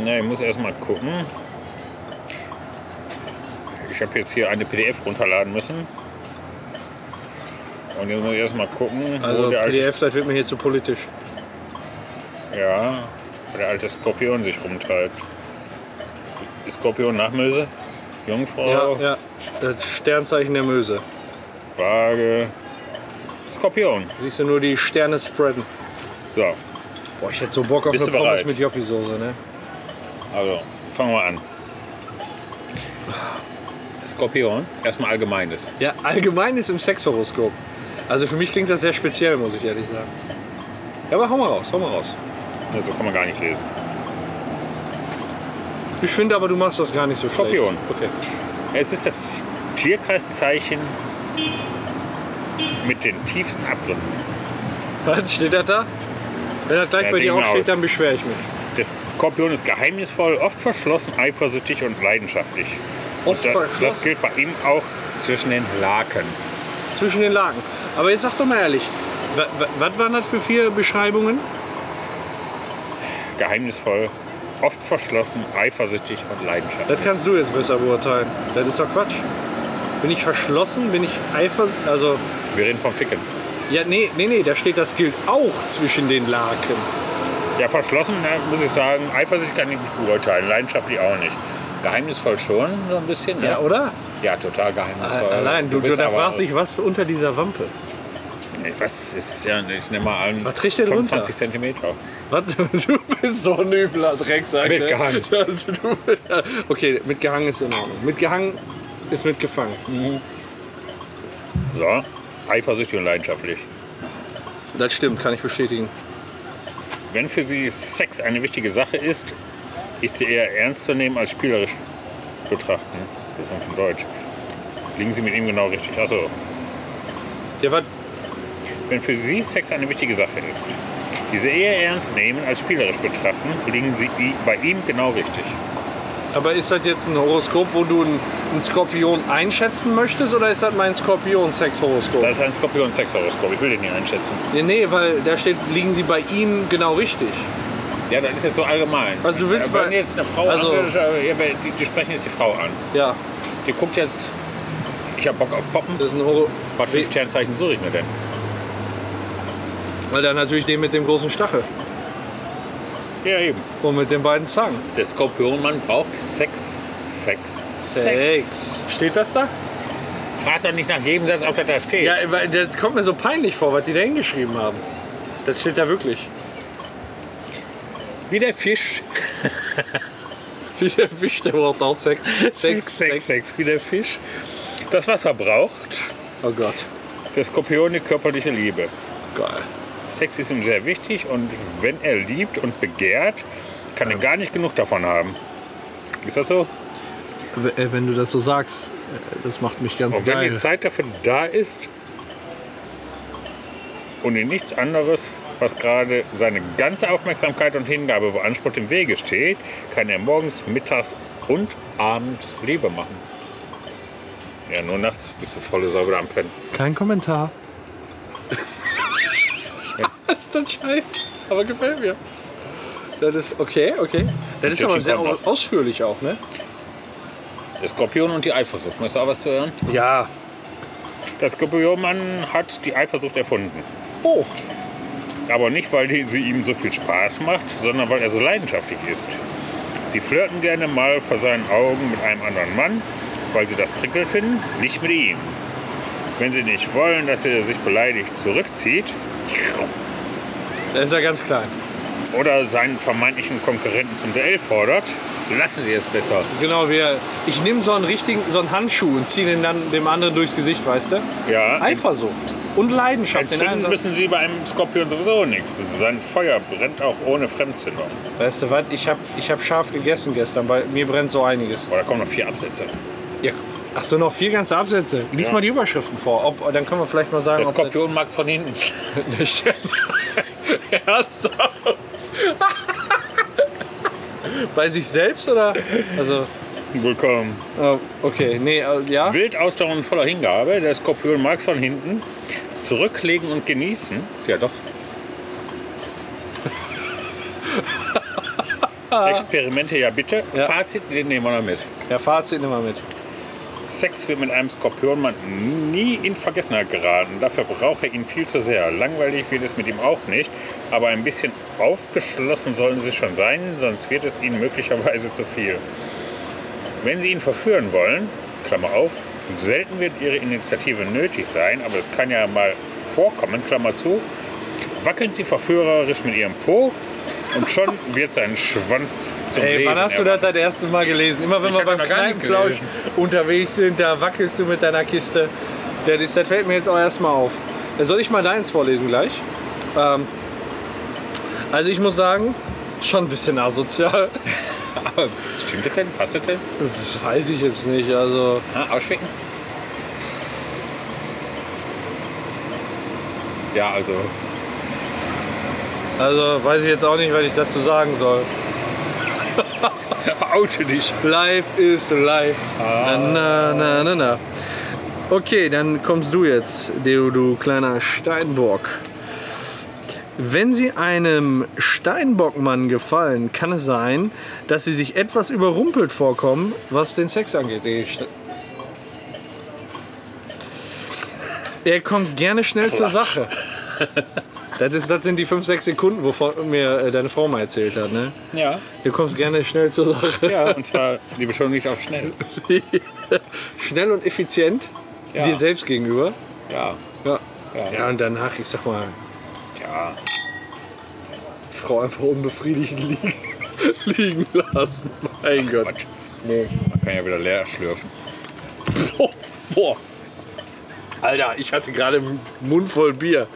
Speaker 2: Na, ich muss erstmal gucken. Ich habe jetzt hier eine PDF runterladen müssen. Und jetzt muss ich erstmal gucken,
Speaker 1: Also
Speaker 2: wo der alte,
Speaker 1: PDF, das wird mir hier zu politisch.
Speaker 2: ja, wo der alte Skorpion sich rumtreibt. Skorpion Nachmöse, Jungfrau,
Speaker 1: Ja, ja. Das Sternzeichen der Möse.
Speaker 2: Waage, Skorpion.
Speaker 1: Siehst du nur die Sterne spreaden.
Speaker 2: So,
Speaker 1: Boah, ich hätte so Bock auf
Speaker 2: Bist
Speaker 1: eine
Speaker 2: du
Speaker 1: Pommes mit
Speaker 2: bereit?
Speaker 1: Joppie-Soße, ne?
Speaker 2: Also, fangen wir an. Skorpion, erstmal Allgemeines.
Speaker 1: Ja, allgemein ist im Sexhoroskop. Also für mich klingt das sehr speziell, muss ich ehrlich sagen. Ja, aber hau mal raus, hau mal raus.
Speaker 2: Also kann man gar nicht lesen.
Speaker 1: Ich finde aber, du machst das gar nicht so
Speaker 2: Skorpion.
Speaker 1: schlecht. Okay.
Speaker 2: Es ist das Tierkreiszeichen mit den tiefsten Abgründen.
Speaker 1: Was steht das da? Wenn das gleich
Speaker 2: Ja,
Speaker 1: bei dir
Speaker 2: Ding
Speaker 1: auch steht,
Speaker 2: aus.
Speaker 1: dann beschwere ich mich.
Speaker 2: Der Skorpion ist geheimnisvoll, oft verschlossen, eifersüchtig und leidenschaftlich.
Speaker 1: Oft
Speaker 2: Da- Das
Speaker 1: verschlossen
Speaker 2: gilt bei ihm auch zwischen den Laken.
Speaker 1: zwischen den Lagen. Aber jetzt sag doch mal ehrlich, wa- wa- was waren das für vier Beschreibungen?
Speaker 2: Geheimnisvoll, oft verschlossen, eifersüchtig und leidenschaftlich.
Speaker 1: Das kannst du jetzt besser beurteilen. Das ist doch Quatsch. Bin ich verschlossen? Bin ich eifersüchtig? Also,
Speaker 2: Wir reden vom Ficken.
Speaker 1: ja, nee, nee, nee, da steht, das gilt auch zwischen den Laken.
Speaker 2: Ja, verschlossen, na, muss ich sagen. Eifersicht kann ich nicht beurteilen, leidenschaftlich auch nicht. Geheimnisvoll schon, so ein bisschen.
Speaker 1: Ja,
Speaker 2: ne?
Speaker 1: oder? Äh,
Speaker 2: ja total geheimnisvoll.
Speaker 1: Allein, du, du,
Speaker 2: bist
Speaker 1: da
Speaker 2: aber-
Speaker 1: fragst dich, was unter dieser Wampe?
Speaker 2: Nee, Was ist, ja, ich nehme mal an,
Speaker 1: Was trägst du denn
Speaker 2: 25 Zentimeter.
Speaker 1: Was? Du bist so ein übler Drecksack. ne?
Speaker 2: Mitgehangen.
Speaker 1: Das, du, okay, mitgehangen ist in Ordnung. Mitgehangen ist mitgefangen.
Speaker 2: So, eifersüchtig und leidenschaftlich.
Speaker 1: Das stimmt, kann ich bestätigen.
Speaker 2: Wenn für sie Sex eine wichtige Sache ist, ist sie eher ernst zu nehmen als spielerisch betrachten. Das ist von Deutsch. Liegen Sie mit ihm genau richtig. Achso,
Speaker 1: Ja, was?
Speaker 2: Wenn für Sie Sex eine wichtige Sache ist, diese eher ernst nehmen als spielerisch betrachten, liegen Sie i- bei ihm genau richtig.
Speaker 1: Aber ist das jetzt ein Horoskop, wo du einen, einen Skorpion einschätzen möchtest oder ist das mein Skorpion-Sex-Horoskop?
Speaker 2: Das ist ein Skorpion-Sexhoroskop, ich will den nicht einschätzen.
Speaker 1: Nee, nee, weil da steht, liegen sie bei ihm genau richtig.
Speaker 2: Ja, das ist jetzt so allgemein.
Speaker 1: Also du willst
Speaker 2: Wenn
Speaker 1: bei-
Speaker 2: jetzt eine Frau
Speaker 1: also-
Speaker 2: anredet, ja, aber die, die sprechen jetzt die Frau an.
Speaker 1: Ja,
Speaker 2: Die guckt jetzt, ich hab Bock auf Poppen.
Speaker 1: das ist ein Horoskop.
Speaker 2: Was für ein Sternzeichen suche ich mir denn?
Speaker 1: Weil da natürlich den mit dem großen Stachel
Speaker 2: Ja, eben.
Speaker 1: und mit den beiden Zangen.
Speaker 2: Der Skorpionmann braucht Sex. Sex.
Speaker 1: Steht das da?
Speaker 2: Frag doch nicht nach jedem Satz, ob das da steht.
Speaker 1: Ja, weil das kommt mir so peinlich vor, was die da hingeschrieben haben. Das steht da wirklich.
Speaker 2: Wie der Fisch.
Speaker 1: Wie der Fisch, der braucht auch Sex. Sex, Sex, Sex.
Speaker 2: Wie der Fisch. Das Wasser braucht.
Speaker 1: Oh Gott.
Speaker 2: Der Skorpion die körperliche Liebe.
Speaker 1: Geil.
Speaker 2: Sex ist ihm sehr wichtig und wenn er liebt und begehrt, kann er gar nicht genug davon haben. Ist das so?
Speaker 1: W- äh, Wenn du das so sagst, äh, das macht mich ganz
Speaker 2: Und wenn die
Speaker 1: geil.
Speaker 2: Zeit dafür da ist und in nichts anderes, was gerade seine ganze Aufmerksamkeit und Hingabe beansprucht, im Wege steht, kann er morgens, mittags und abends Liebe machen. Ja, nur nachts bist du volle Sau wieder am Pennen.
Speaker 1: Kein Kommentar. das ist dann scheiß, aber gefällt mir. Das ist okay, okay. Das ist
Speaker 2: Tütchen
Speaker 1: aber sehr
Speaker 2: kommt
Speaker 1: au-
Speaker 2: noch.
Speaker 1: ausführlich auch, ne?
Speaker 2: Der Skorpion und die Eifersucht. Möchtest du auch was zu hören?
Speaker 1: Ja.
Speaker 2: Der Skorpionmann hat die Eifersucht erfunden.
Speaker 1: Oh,
Speaker 2: Aber nicht, weil die, sie ihm so viel Spaß macht, sondern weil er so leidenschaftlich ist. Sie flirten gerne mal vor seinen Augen mit einem anderen Mann, weil sie das prickelnd finden, nicht mit ihm. Wenn sie nicht wollen, dass er sich beleidigt zurückzieht
Speaker 1: da ist ja ganz klein.
Speaker 2: oder seinen vermeintlichen Konkurrenten zum Duell fordert, lassen sie es besser.
Speaker 1: Genau, wir. Ich nehme so einen richtigen, so einen Handschuh und ziehe den dann dem anderen durchs Gesicht, weißt du?
Speaker 2: Ja,
Speaker 1: Eifersucht und Leidenschaft. in einem
Speaker 2: entzünden
Speaker 1: Satz.
Speaker 2: müssen sie bei einem Skorpion sowieso nichts. Sein Feuer brennt auch ohne Fremdzündung.
Speaker 1: Weißt du was? Ich habe ich hab scharf gegessen gestern. Bei mir brennt so einiges.
Speaker 2: Aber da kommen noch vier Absätze.
Speaker 1: Ja. Ach so, noch vier ganze Absätze. Lies
Speaker 2: Ja.
Speaker 1: mal die Überschriften vor. Ob, dann können wir vielleicht mal sagen,
Speaker 2: Der Skorpion mag von hinten.
Speaker 1: das nicht Ernsthaft? Bei sich selbst oder? Also,
Speaker 2: Willkommen.
Speaker 1: Äh, okay, nee, äh, ja.
Speaker 2: Wild, Ausdauer und voller Hingabe. Der Skorpion mag von hinten. Zurücklegen und genießen. Ja, doch. Experimente ja bitte.
Speaker 1: Ja.
Speaker 2: Fazit, den nehmen wir noch mit.
Speaker 1: Ja, Fazit nimm mal mit.
Speaker 2: Sex wird mit einem Skorpionmann nie in Vergessenheit geraten. Dafür braucht er ihn viel zu sehr. Langweilig wird es mit ihm auch nicht, aber ein bisschen aufgeschlossen sollen sie schon sein, sonst wird es ihnen möglicherweise zu viel. Wenn sie ihn verführen wollen, Klammer auf, selten wird ihre Initiative nötig sein, aber es kann ja mal vorkommen, Klammer zu, wackeln sie verführerisch mit ihrem Po und schon wird sein Schwanz zum
Speaker 1: Ey,
Speaker 2: Leben
Speaker 1: wann hast du das
Speaker 2: erwacht.
Speaker 1: das erste Mal gelesen? Immer wenn
Speaker 2: Ich
Speaker 1: wir
Speaker 2: hab
Speaker 1: beim
Speaker 2: das noch gar nicht
Speaker 1: Kneipenplausch
Speaker 2: gelesen.
Speaker 1: unterwegs sind, da wackelst du mit deiner Kiste. Das, ist, das fällt mir jetzt auch erstmal auf. Äh, Soll ich mal deins vorlesen gleich? Ähm, also ich muss sagen, schon ein bisschen asozial.
Speaker 2: Stimmt das denn? Passt das denn?
Speaker 1: Das weiß ich jetzt nicht. Also
Speaker 2: Ah, ausschmecken? Ja, also.
Speaker 1: Also weiß ich jetzt auch nicht, was ich dazu sagen soll.
Speaker 2: Oute dich.
Speaker 1: Life is life. Na, na, na, na, na. Okay, dann kommst du jetzt, Deo, du kleiner Steinbock. Wenn sie einem Steinbockmann gefallen, kann es sein, dass sie sich etwas überrumpelt vorkommen, was den Sex angeht. Die St- Er kommt gerne schnell zur Sache. Das, ist, das sind die 5-6 Sekunden, wovon mir äh, deine Frau mal erzählt hat. Ne?
Speaker 2: Ja.
Speaker 1: Du kommst gerne schnell zur Sache.
Speaker 2: Ja, und zwar die Betonung nicht auf schnell.
Speaker 1: Schnell und effizient
Speaker 2: Ja.
Speaker 1: dir selbst gegenüber.
Speaker 2: Ja.
Speaker 1: Ja.
Speaker 2: Ja.
Speaker 1: ja, und danach, ich sag mal,
Speaker 2: Ja.
Speaker 1: Frau einfach unbefriedigt liegen, liegen lassen. Mein Gott.
Speaker 2: Quatsch. Man kann ja wieder leer schlürfen.
Speaker 1: Oh, boah. Alter, ich hatte gerade einen Mund voll Bier.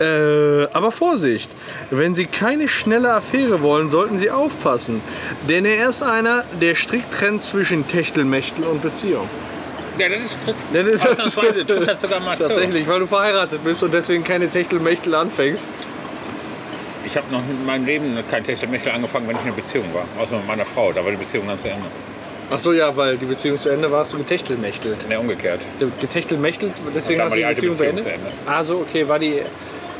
Speaker 1: Äh, aber Vorsicht, wenn Sie keine schnelle Affäre wollen, sollten Sie aufpassen. Denn er ist einer, der strikt trennt zwischen Techtelmechtel und Beziehung.
Speaker 2: Ja, das ist trifft.
Speaker 1: Das ist-
Speaker 2: Ausnahmsweise trifft das sogar mal zu.
Speaker 1: Tatsächlich, weil du verheiratet bist und deswegen keine Techtelmechtel anfängst.
Speaker 2: Ich habe noch in meinem Leben kein Techtelmechtel angefangen, wenn ich in einer Beziehung war. Außer mit meiner Frau. Da war die Beziehung dann zu Ende.
Speaker 1: Ach so, ja, weil die Beziehung zu Ende warst du getechtelmächtelt.
Speaker 2: Ne, umgekehrt.
Speaker 1: Getechtelmächtelt, deswegen
Speaker 2: Da
Speaker 1: hast
Speaker 2: war
Speaker 1: du die
Speaker 2: die alte
Speaker 1: Beziehung, zu Ende?
Speaker 2: Beziehung zu Ende.
Speaker 1: Ah so, okay, war die...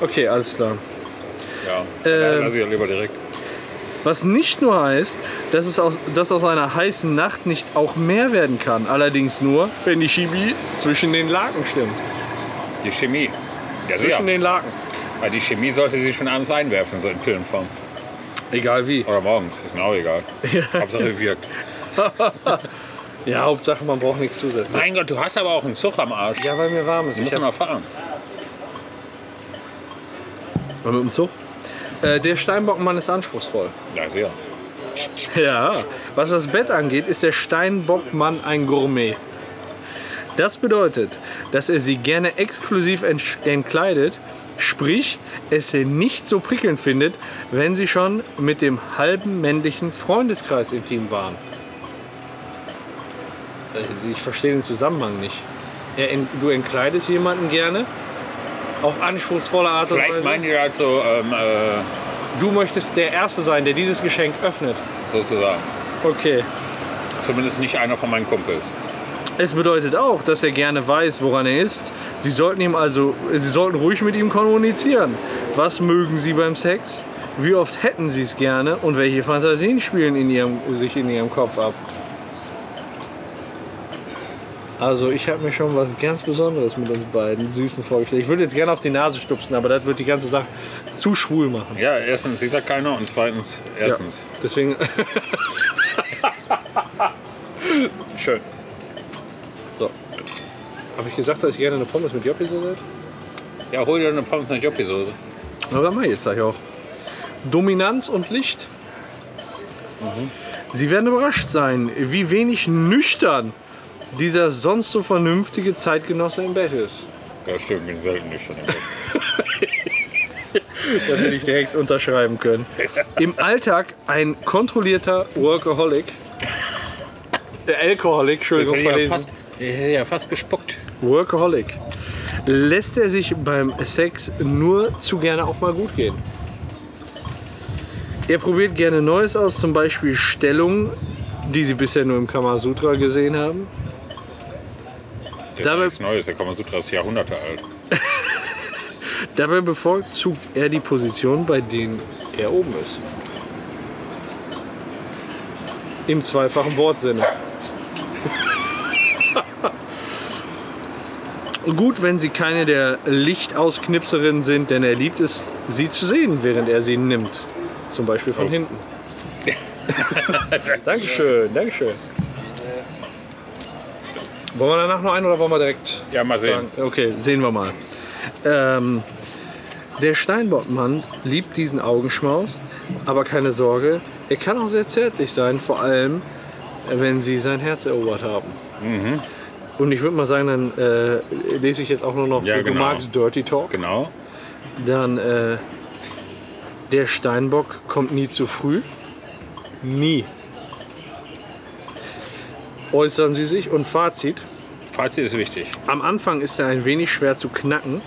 Speaker 1: Okay, alles klar.
Speaker 2: Ja.
Speaker 1: Ähm.
Speaker 2: Lass ich ja lieber direkt.
Speaker 1: Was nicht nur heißt, dass, es aus, dass aus einer heißen Nacht nicht auch mehr werden kann. Allerdings nur, wenn die Chemie zwischen den Laken stimmt.
Speaker 2: Die Chemie. Ja, sicher.
Speaker 1: Zwischen den Laken.
Speaker 2: Weil die Chemie sollte sie schon abends einwerfen, so in Pillenform.
Speaker 1: Egal wie.
Speaker 2: Oder morgens, ist mir auch egal. Hauptsache wirkt.
Speaker 1: Ja, Hauptsache, man braucht nichts zusätzlich.
Speaker 2: Mein Gott, du hast aber auch einen Zug am Arsch.
Speaker 1: Ja, weil mir warm ist.
Speaker 2: Du
Speaker 1: Ich
Speaker 2: musst
Speaker 1: hab-
Speaker 2: mal fahren.
Speaker 1: Mal mit dem Zug. Äh, der Steinbockmann ist anspruchsvoll.
Speaker 2: Ja, sehr.
Speaker 1: Ja. Was das Bett angeht, ist der Steinbockmann ein Gourmet. Das bedeutet, dass er sie gerne exklusiv entsch- entkleidet, sprich, es sie nicht so prickelnd findet, wenn sie schon mit dem halben männlichen Freundeskreis intim waren. Äh, Ich verstehe den Zusammenhang nicht. Er ent du entkleidest jemanden gerne auf anspruchsvolle Art und
Speaker 2: Vielleicht
Speaker 1: Weise.
Speaker 2: meinen die halt so, ähm, äh,
Speaker 1: du möchtest der Erste sein, der dieses Geschenk öffnet.
Speaker 2: sozusagen.
Speaker 1: Okay.
Speaker 2: Zumindest nicht einer von meinen Kumpels.
Speaker 1: Es bedeutet auch, dass er gerne weiß, woran er ist. Sie sollten ihm also, sie sollten ruhig mit ihm kommunizieren. Was mögen Sie beim Sex? Wie oft hätten Sie es gerne und welche Fantasien spielen in ihrem, sich in Ihrem Kopf ab? Also ich habe mir schon was ganz Besonderes mit uns beiden Süßen vorgestellt. Ich würde jetzt gerne auf die Nase stupsen, aber das wird die ganze Sache zu schwul machen.
Speaker 2: Ja, erstens sieht da keiner und zweitens, erstens.
Speaker 1: Deswegen,
Speaker 2: Schön.
Speaker 1: so. Habe ich gesagt, dass ich gerne eine Pommes mit Joppi so will?
Speaker 2: Ja, hol dir eine Pommes nach Joppiesoße.
Speaker 1: Ja, das mache ich jetzt gleich auch. Dominanz und Licht. Mhm. Sie werden überrascht sein, wie wenig nüchtern dieser sonst so vernünftige Zeitgenosse im Bett ist.
Speaker 2: Ja, stimmt, bin selten nüchtern. im Bett.
Speaker 1: Das hätte ich direkt unterschreiben können. Im Alltag ein kontrollierter Workaholic. Äh, Alkoholik,
Speaker 2: Das
Speaker 1: Entschuldigung,
Speaker 2: hätte ich ja
Speaker 1: verlesen.
Speaker 2: fast, ich hätte ja fast gespuckt.
Speaker 1: Workaholic. Lässt er sich beim Sex nur zu gerne auch mal gut gehen. Er probiert gerne Neues aus, zum Beispiel Stellung, die sie bisher nur im Kamasutra gesehen haben.
Speaker 2: Das
Speaker 1: Dabei-
Speaker 2: ist nichts Neues, der Kamasutra ist Jahrhunderte alt.
Speaker 1: Dabei bevorzugt er die Position, bei denen er oben ist. Im zweifachen Wortsinne. Gut, wenn sie keine der Lichtausknipserinnen sind, denn er liebt es, sie zu sehen, während er sie nimmt. Zum Beispiel
Speaker 2: Oh.
Speaker 1: von hinten. Dankeschön, Dankeschön. Wollen wir danach noch einen oder wollen wir direkt
Speaker 2: Ja, mal sehen.
Speaker 1: sagen. Okay, sehen wir mal. Ähm, der Steinbockmann liebt diesen Augenschmaus, aber keine Sorge, er kann auch sehr zärtlich sein, vor allem wenn sie sein Herz erobert haben.
Speaker 2: Mhm.
Speaker 1: Und ich würde mal sagen, dann äh, lese ich jetzt auch nur noch,
Speaker 2: Ja,
Speaker 1: du
Speaker 2: genau.
Speaker 1: magst Dirty Talk.
Speaker 2: Genau.
Speaker 1: Dann äh, der Steinbock kommt nie zu früh. Nie. Äußern sie sich und Fazit.
Speaker 2: Fazit ist wichtig.
Speaker 1: Am Anfang ist er ein wenig schwer zu knacken,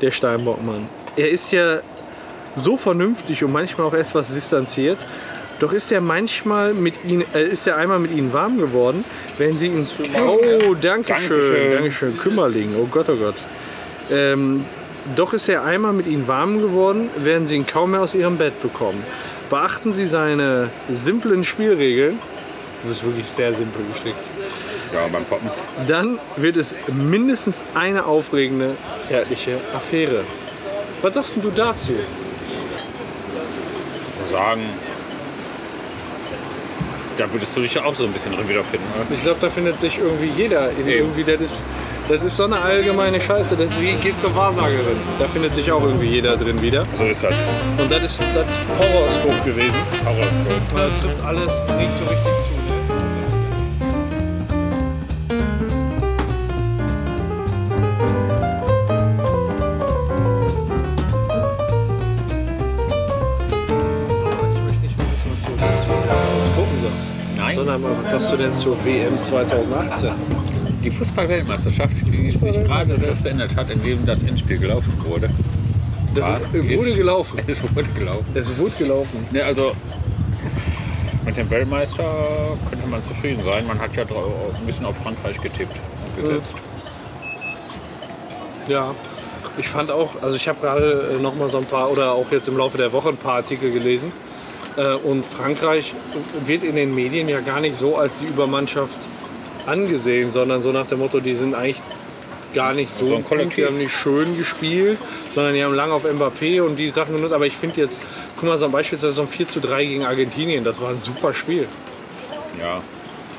Speaker 1: der Steinbockmann. Er ist ja so vernünftig und manchmal auch etwas distanziert. Doch ist er manchmal mit ihnen, äh, ist er einmal mit ihnen warm geworden, wenn sie ihn. Oh, danke schön,
Speaker 2: Dankeschön.
Speaker 1: danke schön, Kümmerling. Oh Gott, oh Gott. Ähm, doch ist er einmal mit ihnen warm geworden, werden sie ihn kaum mehr aus ihrem Bett bekommen. Beachten Sie seine simplen Spielregeln. Das ist wirklich sehr simpel gestrickt
Speaker 2: Ja, beim Poppen.
Speaker 1: dann wird es mindestens eine aufregende zärtliche Affäre. Was sagst denn du dazu?
Speaker 2: Sagen. Da würdest du dich ja auch so ein bisschen drin wiederfinden. Oder?
Speaker 1: Ich glaube, da findet sich irgendwie jeder. In irgendwie, das ist, das ist so eine allgemeine Scheiße. Das ist wie, geht zur Wahrsagerin. Da findet sich auch irgendwie jeder drin wieder.
Speaker 2: So ist das.
Speaker 1: Und das ist das Horoskop gewesen.
Speaker 2: Horoskop.
Speaker 1: Da trifft alles nicht so richtig zu. Ne? Aber ich möchte nicht mehr wissen, was du dazu Horoskopen sagst.
Speaker 2: Nein.
Speaker 1: Sondern was sagst du denn zur WM 2018?
Speaker 2: Die Fußball-Weltmeisterschaft, die sich gerade erst beendet hat, indem das Endspiel gelaufen wurde.
Speaker 1: Das
Speaker 2: War-
Speaker 1: wurde
Speaker 2: ist-
Speaker 1: gelaufen.
Speaker 2: Es wurde gelaufen.
Speaker 1: Es wurde gelaufen.
Speaker 2: Ne, also mit dem Weltmeister könnte man zufrieden sein. Man hat ja drau- ein bisschen auf Frankreich getippt und gesetzt.
Speaker 1: Ja. Ich fand auch, also ich habe gerade äh, noch mal so ein paar oder auch jetzt im Laufe der Woche ein paar Artikel gelesen. Äh, Und Frankreich wird in den Medien ja gar nicht so als die Übermannschaft angesehen, sondern so nach dem Motto, die sind eigentlich gar nicht so,
Speaker 2: So ein
Speaker 1: gut, die
Speaker 2: Kollektiv.
Speaker 1: haben nicht schön gespielt, sondern die haben lange auf Mbappé und die Sachen genutzt. Aber ich finde jetzt, guck mal, so ein beispielsweise so ein 4 zu 3 gegen Argentinien, das war ein super Spiel.
Speaker 2: Ja.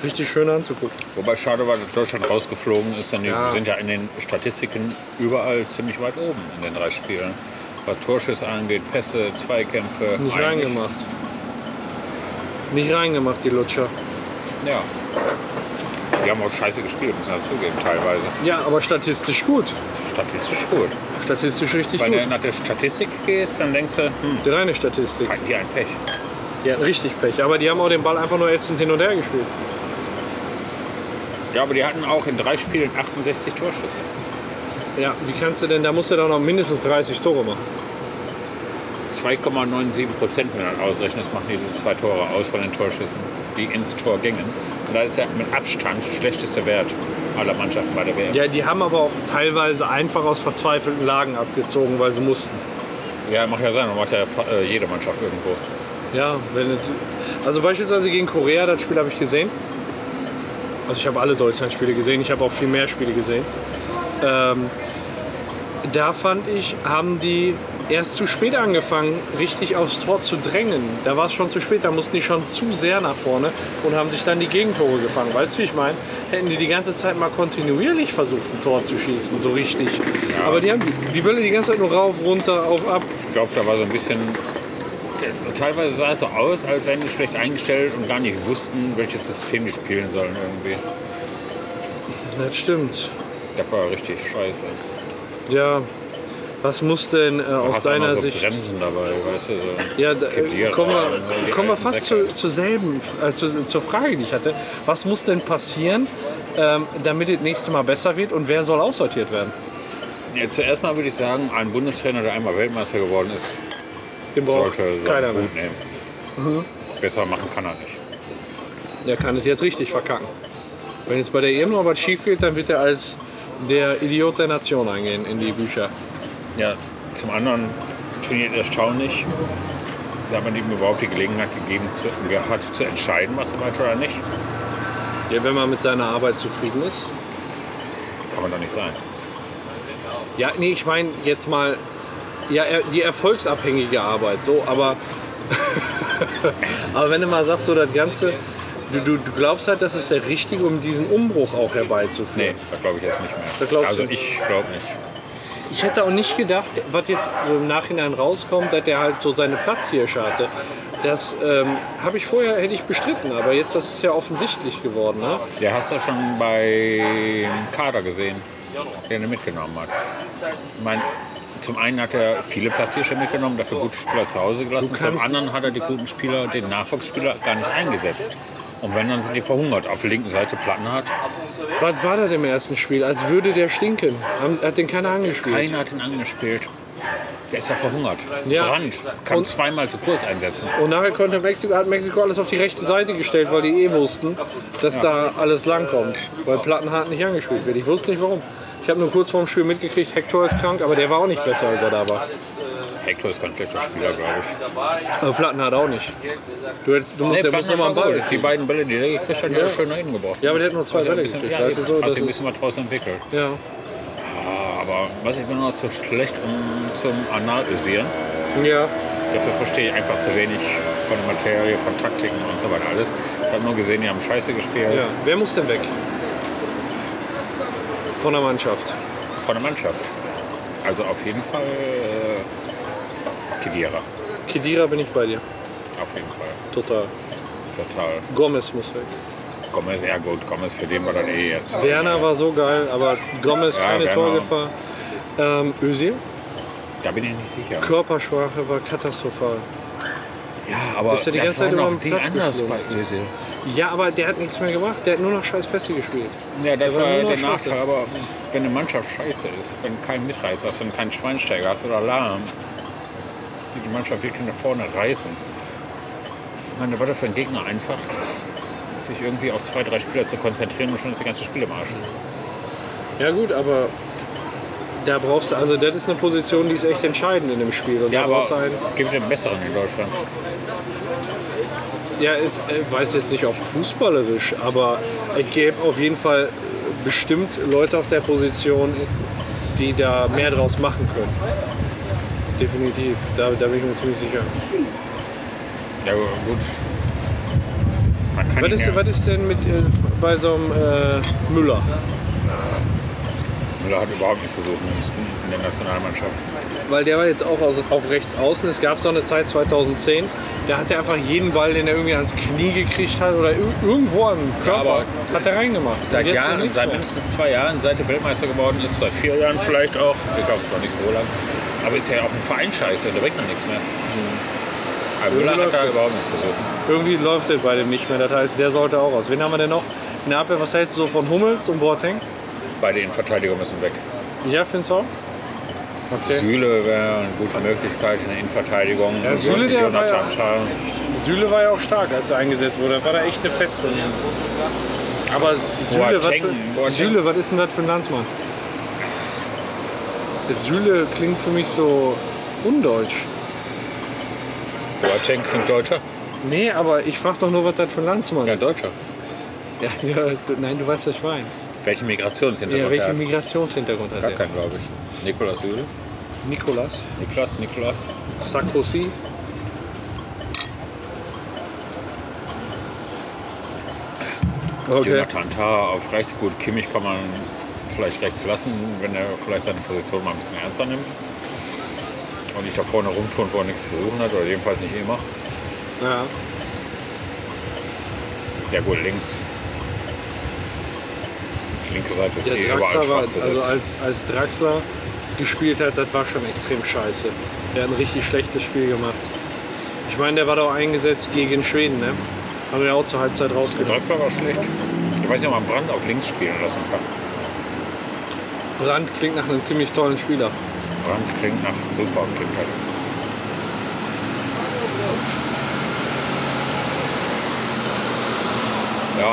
Speaker 1: Richtig schön anzugucken.
Speaker 2: Wobei schade war, dass Deutschland rausgeflogen ist. Denn
Speaker 1: Ja.
Speaker 2: Die sind ja in den Statistiken überall ziemlich weit oben in den drei Spielen. Was Torschüsse angeht, Pässe, Zweikämpfe.
Speaker 1: Nicht
Speaker 2: eigentlich-
Speaker 1: reingemacht. Nicht reingemacht, die Lutscher.
Speaker 2: Ja. Die haben auch scheiße gespielt, muss man zugeben, teilweise.
Speaker 1: Ja, aber statistisch gut.
Speaker 2: Statistisch gut.
Speaker 1: Statistisch richtig
Speaker 2: Wenn du
Speaker 1: gut.
Speaker 2: nach der Statistik gehst, dann denkst du, hm,
Speaker 1: Die reine Statistik.
Speaker 2: hatten die ein Pech.
Speaker 1: Die hatten richtig Pech. Aber die haben auch den Ball einfach nur ätzend hin und her gespielt.
Speaker 2: Ja, aber die hatten auch in drei Spielen 68 Torschüsse.
Speaker 1: Ja, wie kannst du denn, da musst du doch noch mindestens 30 Tore machen.
Speaker 2: 2,97 Prozent, wenn man ausrechnet, machen die diese zwei Tore aus von den Torschüssen, die ins Tor gingen. Und da ist ja mit Abstand schlechtester Wert aller Mannschaften bei der WM.
Speaker 1: Ja, die haben aber auch teilweise einfach aus verzweifelten Lagen abgezogen, weil sie mussten.
Speaker 2: Ja, macht ja Sinn, man macht ja äh, jede Mannschaft irgendwo.
Speaker 1: Ja, wenn es- also beispielsweise gegen Korea, das Spiel habe ich gesehen. Also ich habe alle Deutschland-Spiele gesehen, ich habe auch viel mehr Spiele gesehen. Ähm, da fand ich, haben die erst zu spät angefangen, richtig aufs Tor zu drängen. Da war es schon zu spät, da mussten die schon zu sehr nach vorne und haben sich dann die Gegentore gefangen. Weißt du, wie ich meine? Hätten die die ganze Zeit mal kontinuierlich versucht, ein Tor zu schießen, so richtig. Aber die haben die- die Bälle die ganze Zeit nur rauf, runter, auf, ab.
Speaker 2: Ich glaube, da war so ein bisschen. äh, Teilweise sah es so aus, als wären die schlecht eingestellt und gar nicht wussten, welches System die spielen sollen irgendwie.
Speaker 1: Das stimmt.
Speaker 2: Das war richtig scheiße.
Speaker 1: Ja, was muss denn äh,
Speaker 2: Du
Speaker 1: aus
Speaker 2: hast auch noch
Speaker 1: deiner
Speaker 2: so
Speaker 1: Sicht.
Speaker 2: Bremsen dabei, weißt du. So.
Speaker 1: Ja, da, äh,
Speaker 2: Kedira
Speaker 1: kommen
Speaker 2: und
Speaker 1: wir,
Speaker 2: die
Speaker 1: kommen wir
Speaker 2: alten
Speaker 1: fast
Speaker 2: Säcke.
Speaker 1: zu, zur selben, äh, zu, zur Frage, die ich hatte. Was muss denn passieren, ähm, damit das nächste Mal besser wird und wer soll aussortiert werden?
Speaker 2: Ja, zuerst mal würde ich sagen, ein Bundestrainer, der einmal Weltmeister geworden ist,
Speaker 1: Den braucht
Speaker 2: sollte
Speaker 1: keiner
Speaker 2: seinen
Speaker 1: mehr. Mhm.
Speaker 2: Hut nehmen. Besser machen kann er nicht.
Speaker 1: Der kann es jetzt richtig verkacken. Wenn jetzt bei der EM noch was schief geht, dann wird er als der Idiot der Nation eingehen in die Bücher.
Speaker 2: Ja, zum anderen trainiert erstaunlich, da man ihm überhaupt die Gelegenheit gegeben zu, hat, zu entscheiden, was er macht oder nicht.
Speaker 1: Ja, wenn man mit seiner Arbeit zufrieden ist.
Speaker 2: Kann man doch nicht sein.
Speaker 1: Ja, nee, ich meine jetzt mal ja, er- die erfolgsabhängige Arbeit, so, aber, aber wenn du mal sagst, so das Ganze, du, du, du glaubst halt, das ist der Richtige, um diesen Umbruch auch herbeizuführen.
Speaker 2: Nee, das glaube ich jetzt nicht mehr.
Speaker 1: Das glaubst
Speaker 2: also
Speaker 1: du?
Speaker 2: ich glaube nicht.
Speaker 1: Ich hätte auch nicht gedacht, was jetzt so im Nachhinein rauskommt, dass der halt so seine Platzhirsche hatte. Das ähm, habe ich vorher, hätte ich bestritten, aber jetzt, das ist ja offensichtlich geworden. Ne?
Speaker 2: Der hast du schon bei Kader gesehen, den er mitgenommen hat. Ich meine, zum einen hat er viele Platzierscher mitgenommen, dafür gute Spieler zu Hause gelassen. Zum
Speaker 1: kannst-
Speaker 2: anderen hat er die guten Spieler, den Nachwuchsspieler, gar nicht eingesetzt. Und wenn, dann sind die verhungert. Auf der linken Seite Platten hat.
Speaker 1: Was war das im ersten Spiel? Als würde der stinken. Haben- Hat den keiner angespielt.
Speaker 2: Keiner hat ihn angespielt. Der ist ja verhungert.
Speaker 1: Ja.
Speaker 2: Brand kann
Speaker 1: Und-
Speaker 2: zweimal zu kurz einsetzen.
Speaker 1: Und nachher konnte Mexiko, hat Mexiko alles auf die rechte Seite gestellt, weil die eh wussten, dass da alles langkommt. Weil Plattenhardt nicht angespielt wird. Ich wusste nicht warum. Ich habe nur kurz vorm Spiel mitgekriegt, Hector ist krank, aber der war auch nicht besser, als er da war.
Speaker 2: Hector ist kein schlechter Spieler, glaube ich.
Speaker 1: Aber Plattenhardt auch nicht. Du, hättest, du musst, der muss
Speaker 2: Platten
Speaker 1: nochmal einen
Speaker 2: war
Speaker 1: Ball.
Speaker 2: gut. Die beiden Bälle, die er gekriegt hat, die hat er schön nach hinten gebracht. Also
Speaker 1: Ja, aber der hat nur zwei Bälle gekriegt,
Speaker 2: ja,
Speaker 1: weißt du
Speaker 2: eben.
Speaker 1: so?
Speaker 2: hat
Speaker 1: Das
Speaker 2: sich ein
Speaker 1: ist,
Speaker 2: bisschen was draus entwickelt.
Speaker 1: ja.
Speaker 2: Aber was ich bin noch zu schlecht um zum Analysieren.
Speaker 1: ja.
Speaker 2: Dafür verstehe ich einfach zu wenig von der Materie, von Taktiken und so weiter alles. Ich habe nur gesehen, die haben Scheiße gespielt
Speaker 1: Ja. Wer muss denn weg? Von der Mannschaft.
Speaker 2: von der Mannschaft. Also auf jeden Fall äh, Kedira.
Speaker 1: Kedira bin ich bei dir.
Speaker 2: Auf jeden Fall.
Speaker 1: Total.
Speaker 2: Total.
Speaker 1: Gomez muss weg.
Speaker 2: Gomez, ja gut, Gomez für den war dann eh jetzt.
Speaker 1: Werner war so geil, aber Gomez
Speaker 2: Ja,
Speaker 1: keine
Speaker 2: Werner.
Speaker 1: Torgefahr. Ähm, Özil?
Speaker 2: Da bin ich nicht sicher.
Speaker 1: Körpersprache war katastrophal.
Speaker 2: Ja, aber
Speaker 1: Ist er die ganze
Speaker 2: das war
Speaker 1: Zeit über
Speaker 2: noch
Speaker 1: am
Speaker 2: die
Speaker 1: Platz
Speaker 2: anders bei
Speaker 1: geschlurft?
Speaker 2: Özil.
Speaker 1: Ja, aber der hat nichts mehr gemacht. Der hat nur noch scheiß Pässe gespielt.
Speaker 2: Ja, das
Speaker 1: Der war
Speaker 2: war
Speaker 1: nur
Speaker 2: der
Speaker 1: noch Scheiße.
Speaker 2: Nachteil, aber wenn eine Mannschaft scheiße ist, wenn kein Mitreißer hast, wenn kein Schweinsteiger hast oder Lahm, die die Mannschaft wirklich nach vorne reißen. Ich meine, war das für einen Gegner einfach, sich irgendwie auf zwei, drei Spieler zu konzentrieren und schon ist das ganze Spiel im Arsch.
Speaker 1: Ja gut, aber da brauchst du, also das ist eine Position, die ist echt entscheidend in dem Spiel. Und
Speaker 2: Ja,
Speaker 1: da
Speaker 2: aber
Speaker 1: brauchst du einen,
Speaker 2: gibt den Besseren in Deutschland.
Speaker 1: ja, ist, äh, weiß jetzt nicht, ob fußballerisch, aber es gäbe auf jeden Fall äh, bestimmt Leute auf der Position, die da mehr draus machen können. Definitiv, da, da bin ich mir ziemlich sicher.
Speaker 2: Ja, gut. Man kann
Speaker 1: Was
Speaker 2: ihn
Speaker 1: ist,
Speaker 2: ja,
Speaker 1: was ist denn mit äh, bei so einem äh, Müller?
Speaker 2: Müller hat überhaupt nichts zu suchen in- in der Nationalmannschaft.
Speaker 1: weil der war jetzt auch aus, auf rechts außen. Es gab so eine Zeit 2010, da hat er einfach jeden Ball, den er irgendwie ans Knie gekriegt hat oder ir- irgendwo am Körper,
Speaker 2: aber
Speaker 1: hat er reingemacht.
Speaker 2: Seit
Speaker 1: Und jetzt
Speaker 2: Jahren,
Speaker 1: nichts
Speaker 2: seit
Speaker 1: mehr.
Speaker 2: mindestens zwei Jahren, seit er Weltmeister geworden ist, seit vier Jahren vielleicht auch. Ich glaube, noch nicht so lang. Aber ist ja auch ein Verein scheiße, da bringt noch nichts mehr. Aber Müller hat
Speaker 1: Mhm. läuft
Speaker 2: da
Speaker 1: das.
Speaker 2: überhaupt nichts zu suchen.
Speaker 1: Irgendwie läuft der bei dem nicht mehr. Das heißt, der sollte auch raus. Wen haben wir denn noch? In der Abwehr, was hältst du so von Hummels und Boateng?
Speaker 2: Beide in Verteidigung müssen weg.
Speaker 1: Ja, findest du auch? Okay.
Speaker 2: Süle wäre eine gute Möglichkeit in der Innenverteidigung.
Speaker 1: Ja, Süle, der war ja-
Speaker 2: Jonathan Schal.
Speaker 1: Süle war ja auch stark, als er eingesetzt wurde. Da war da echt eine Feste. Aber Süle, was,
Speaker 2: Boateng,
Speaker 1: für,
Speaker 2: Boateng.
Speaker 1: Süle, was ist denn das für ein Landsmann? Süle klingt für mich so undeutsch.
Speaker 2: Boateng klingt Deutscher.
Speaker 1: Nee, aber ich frage doch nur, was das für ein Landsmann
Speaker 2: Ja,
Speaker 1: ist.
Speaker 2: Deutscher.
Speaker 1: Ja, ja, du- nein, du weißt, was ich meine.
Speaker 2: Welchen Migrationshintergrund
Speaker 1: Ja, welchen
Speaker 2: hat
Speaker 1: Migrationshintergrund hat
Speaker 2: er? Gar
Speaker 1: er?
Speaker 2: keinen, glaube ich. Nikolaus Süle.
Speaker 1: Nikolas,
Speaker 2: Niklas, Niklas.
Speaker 1: Sarkozy. Okay.
Speaker 2: Jonathan Tah auf rechts. Gut, Kimmich kann man vielleicht rechts lassen, wenn er vielleicht seine Position mal ein bisschen ernster nimmt. Und nicht da vorne rumtun, wo er nichts zu suchen hat, oder jedenfalls nicht immer.
Speaker 1: Ja.
Speaker 2: Ja gut, links. Die linke Seite ist
Speaker 1: Der
Speaker 2: eh überall
Speaker 1: Draxler war,
Speaker 2: schwach besetzt.
Speaker 1: also als, als Draxler gespielt hat, das war schon extrem scheiße. Der hat ein richtig schlechtes Spiel gemacht. Ich meine, der war doch eingesetzt gegen Schweden, ne? Haben wir auch zur Halbzeit rausgenommen.
Speaker 2: Draxler war schlecht. Ich weiß nicht, ob man Brand auf links spielen lassen kann.
Speaker 1: Brand klingt nach einem ziemlich tollen Spieler.
Speaker 2: Brand klingt nach super klingt halt.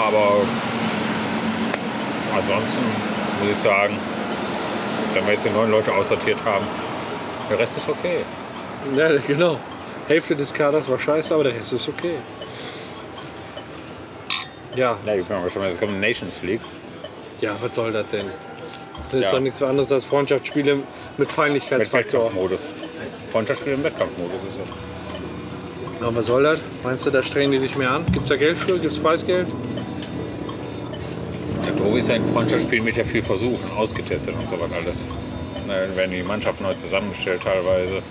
Speaker 2: aber ansonsten muss ich sagen, wenn wir jetzt die neun Leute aussortiert haben, der Rest ist okay.
Speaker 1: Ja, genau. Hälfte des Kaders war scheiße, aber der Rest ist okay. Ja,
Speaker 2: Ja, ich bin mal gespannt, jetzt kommt die Nations League.
Speaker 1: ja, was soll das denn? Das ist
Speaker 2: Ja.
Speaker 1: doch nichts anderes als Freundschaftsspiele mit
Speaker 2: Mit
Speaker 1: Peinlichkeitsfaktor.
Speaker 2: Wettkampfmodus. Freundschaftsspiel im Wettkampfmodus ist das.
Speaker 1: Aber was soll das? Meinst du, da strengen die sich mehr an? Gibt's da Geld für? Gibt's Preisgeld?
Speaker 2: Der Tobi ist ja in Freundschaftsspielen mit ja viel versuchen, ausgetestet und so was alles. Na, Dann werden die Mannschaften neu zusammengestellt teilweise.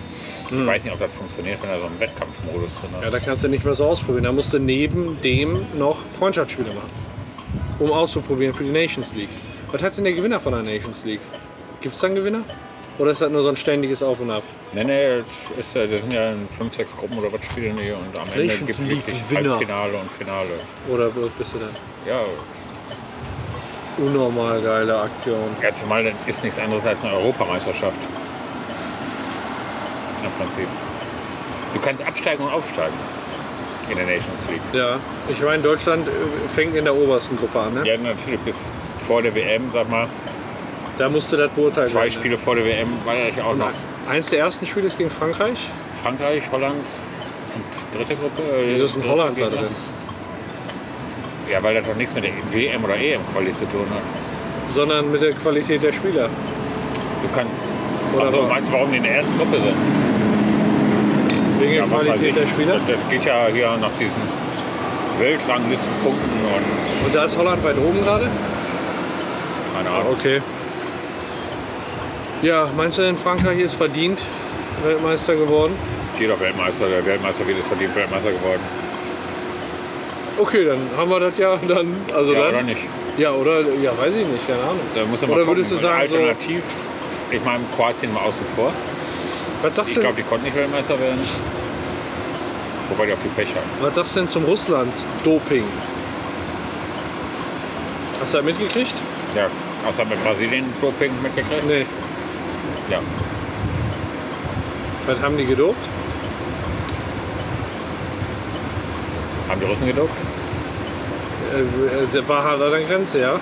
Speaker 2: Ich weiß nicht, ob das funktioniert, wenn da so ein Wettkampfmodus drin ist.
Speaker 1: Hm. Ja, da kannst du nicht mehr so ausprobieren. Da musst du neben dem noch Freundschaftsspiele machen. Um auszuprobieren für die Nations League. Was hat denn der Gewinner von der Nations League? Gibt's da einen Gewinner? Oder ist das nur so ein ständiges Auf und Ab?
Speaker 2: Nee, nee, das, ist, ja- das sind ja in fünf, sechs Gruppen oder was spielen die und am Ende
Speaker 1: Nations
Speaker 2: gibt es
Speaker 1: League
Speaker 2: wirklich
Speaker 1: Winner.
Speaker 2: Halbfinale und Finale.
Speaker 1: Oder bist du dann?
Speaker 2: Ja,
Speaker 1: Unnormal geile Aktion.
Speaker 2: ja zumal dann ist nichts anderes als eine Europameisterschaft. Im Prinzip. Du kannst absteigen und aufsteigen in der Nations League.
Speaker 1: Ja, ich meine, Deutschland äh, fängt in der obersten Gruppe an. Ne?
Speaker 2: Ja, natürlich bis vor der WM, sag mal,
Speaker 1: Da musste das beurteilt
Speaker 2: zwei
Speaker 1: werden.
Speaker 2: Spiele vor der WM war ich auch
Speaker 1: Ne?
Speaker 2: noch
Speaker 1: Eins der ersten Spiele ist gegen Frankreich.
Speaker 2: Frankreich, Holland und dritte Gruppe. äh,
Speaker 1: Wieso ist ein
Speaker 2: dritte
Speaker 1: Holland da
Speaker 2: Gegner.
Speaker 1: drin?
Speaker 2: Ja, weil das doch nichts mit der WM oder EM-Quali zu tun hat.
Speaker 1: Sondern mit der Qualität der Spieler.
Speaker 2: Du kannst.
Speaker 1: Oder
Speaker 2: Achso,
Speaker 1: wa-
Speaker 2: meinst du, warum die in der ersten Gruppe sind?
Speaker 1: Wegen der
Speaker 2: was weiß
Speaker 1: Qualität
Speaker 2: ich.
Speaker 1: der Spieler.
Speaker 2: Das, das geht ja hier nach diesen Weltranglistenpunkten und
Speaker 1: Und da ist Holland weit oben gerade.
Speaker 2: keine Ahnung.
Speaker 1: Okay. Ja, meinst du denn, Frankreich ist verdient Weltmeister geworden?
Speaker 2: Jeder Weltmeister, der Weltmeister wird, ist verdient Weltmeister geworden.
Speaker 1: Okay, dann haben wir das ja dann. Also
Speaker 2: Ja,
Speaker 1: dann,
Speaker 2: oder nicht?
Speaker 1: Ja, oder? Ja, weiß ich nicht, keine Ahnung.
Speaker 2: Da muss man
Speaker 1: Oder
Speaker 2: mal gucken.
Speaker 1: würdest du
Speaker 2: Und
Speaker 1: sagen, so-
Speaker 2: Alternativ, ich meine, Kroatien mal außen vor.
Speaker 1: Was sagst,
Speaker 2: Ich
Speaker 1: du,
Speaker 2: glaube, die konnten nicht Weltmeister werden. Wobei die auch viel Pech haben.
Speaker 1: was sagst du denn zum Russland-Doping? Hast du das mitgekriegt?
Speaker 2: Ja, hast du mit Brasilien Doping mitgekriegt?
Speaker 1: Nee.
Speaker 2: Ja.
Speaker 1: Was haben die gedopt?
Speaker 2: Haben die Russen gedopt?
Speaker 1: Äh, es war hart an der Grenze, ja?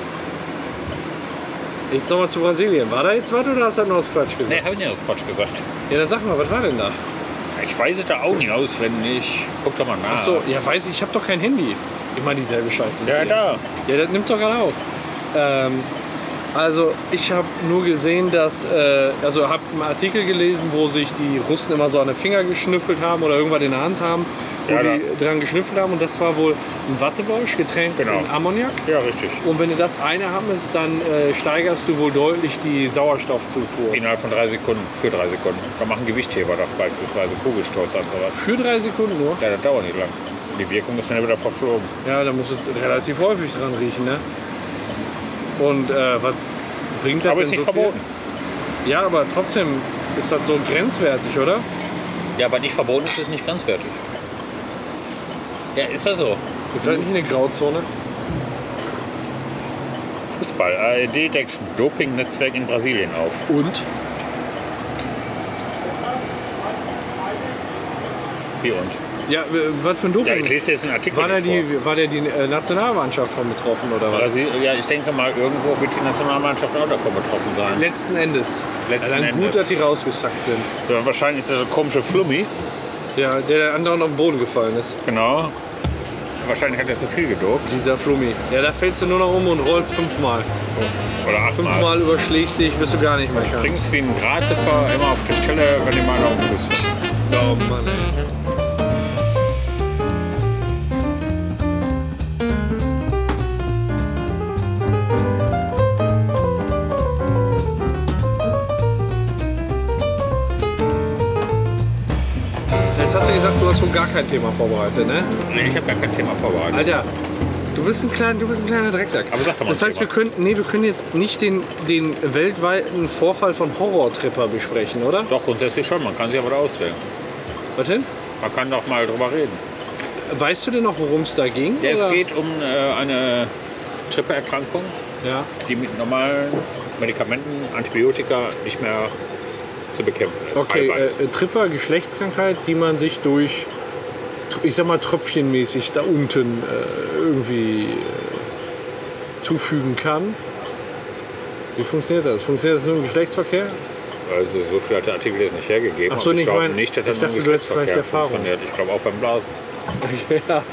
Speaker 1: Jetzt nochmal zu Brasilien. War da jetzt was oder hast du das nur aus Quatsch gesagt?
Speaker 2: Nee, habe ich nicht aus Quatsch gesagt.
Speaker 1: Ja, dann sag mal, was war denn da?
Speaker 2: Ich weiß es da auch nicht auswendig. Guck doch mal nach.
Speaker 1: Ach so, ja, weiß ich, ich habe doch kein Handy. Immer dieselbe Scheiße. mit
Speaker 2: Ah. Ja,
Speaker 1: dir.
Speaker 2: da.
Speaker 1: Ja, das nimmt doch gerade auf. Ähm, also ich habe nur gesehen, dass, äh, also habe einen Artikel gelesen, wo sich die Russen immer so an den Finger geschnüffelt haben oder irgendwas in der Hand haben, wo
Speaker 2: Ja, da.
Speaker 1: die dran geschnüffelt haben und das war wohl ein Wattebausch getränkt
Speaker 2: Genau.
Speaker 1: in Ammoniak.
Speaker 2: Ja, richtig.
Speaker 1: Und wenn du das eine hammest, dann äh, steigerst du wohl deutlich die Sauerstoffzufuhr.
Speaker 2: Innerhalb von drei Sekunden, für drei Sekunden. Da machen Gewichtheber doch beispielsweise Kugelsturz an sowas.
Speaker 1: Für drei Sekunden nur?
Speaker 2: Ja, das dauert nicht lang. Die Wirkung ist schnell wieder verflogen.
Speaker 1: Ja, da musst du relativ häufig dran riechen, ne? Und äh, was bringt das
Speaker 2: Aber
Speaker 1: denn
Speaker 2: ist nicht
Speaker 1: so
Speaker 2: verboten.
Speaker 1: Viel? Ja, aber trotzdem ist das so grenzwertig, oder?
Speaker 2: Ja, aber nicht verboten ist, ist nicht grenzwertig. Ja, ist das so.
Speaker 1: Ist das nicht eine Grauzone?
Speaker 2: Fußball. ARD deckt Doping-Netzwerk in Brasilien auf.
Speaker 1: Und?
Speaker 2: Wie und?
Speaker 1: Ja, w- was für ein
Speaker 2: Ja, ich
Speaker 1: Doping?
Speaker 2: lese jetzt einen Artikel
Speaker 1: war, da
Speaker 2: vor.
Speaker 1: die, war da die äh, Nationalmannschaft von betroffen oder was?
Speaker 2: Brasil ja, ich denke mal, irgendwo wird die Nationalmannschaft auch davon betroffen sein.
Speaker 1: Letzten Endes.
Speaker 2: Letzten
Speaker 1: ja, dann gut,
Speaker 2: Endes.
Speaker 1: dass die rausgesackt sind.
Speaker 2: Ja, wahrscheinlich ist das der komische Flummi.
Speaker 1: Ja, der der anderen auf den Boden gefallen ist.
Speaker 2: Genau. Wahrscheinlich hat er zu viel gedopt.
Speaker 1: Dieser Flummi. Ja, da fällst du nur noch um und rollst fünfmal.
Speaker 2: Oder achtmal.
Speaker 1: Fünfmal überschlägst dich, bis du gar nicht mehr kannst.
Speaker 2: Springst wie ein Grashüpfer immer auf die Stelle, wenn ihr mal auf den Fuß fällt.
Speaker 1: Oh Mann, ey. Jetzt hast du gesagt, du hast wohl gar kein Thema vorbereitet, ne?
Speaker 2: Nee, ich habe gar kein Thema vorbereitet.
Speaker 1: Alter, du bist ein kleiner, du bist ein kleiner Drecksack.
Speaker 2: Aber sag doch mal
Speaker 1: das
Speaker 2: ein
Speaker 1: heißt, wir
Speaker 2: Thema.
Speaker 1: könnten, nee, wir können jetzt nicht den, den weltweiten Vorfall von Horrortripper besprechen, oder?
Speaker 2: Doch, grundsätzlich schon. Man kann sich aber da auswählen.
Speaker 1: Was denn?
Speaker 2: Man kann doch mal drüber reden.
Speaker 1: Weißt du denn noch, worum es da ging?
Speaker 2: Ja, es
Speaker 1: oder?
Speaker 2: geht um äh, eine Trippeerkrankung,
Speaker 1: Ja.
Speaker 2: die mit normalen Medikamenten, Antibiotika nicht mehr zu bekämpfen ist.
Speaker 1: Okay, äh,
Speaker 2: teilweise.
Speaker 1: äh, Tripper, Geschlechtskrankheit, die man sich durch, tr- ich sag mal, tröpfchenmäßig da unten äh, irgendwie äh, zufügen kann. Wie funktioniert das? Funktioniert das nur im Geschlechtsverkehr?
Speaker 2: Also so viel hat der Artikel jetzt nicht hergegeben.
Speaker 1: äh, Ach so,
Speaker 2: aber
Speaker 1: nicht
Speaker 2: ich glaube
Speaker 1: mein-
Speaker 2: nicht, dass das
Speaker 1: ich
Speaker 2: nur im
Speaker 1: dachte, du hättest vielleicht
Speaker 2: Geschlechtsverkehr
Speaker 1: Erfahrung.
Speaker 2: funktioniert. Ich glaube auch beim Blasen.
Speaker 1: Ja,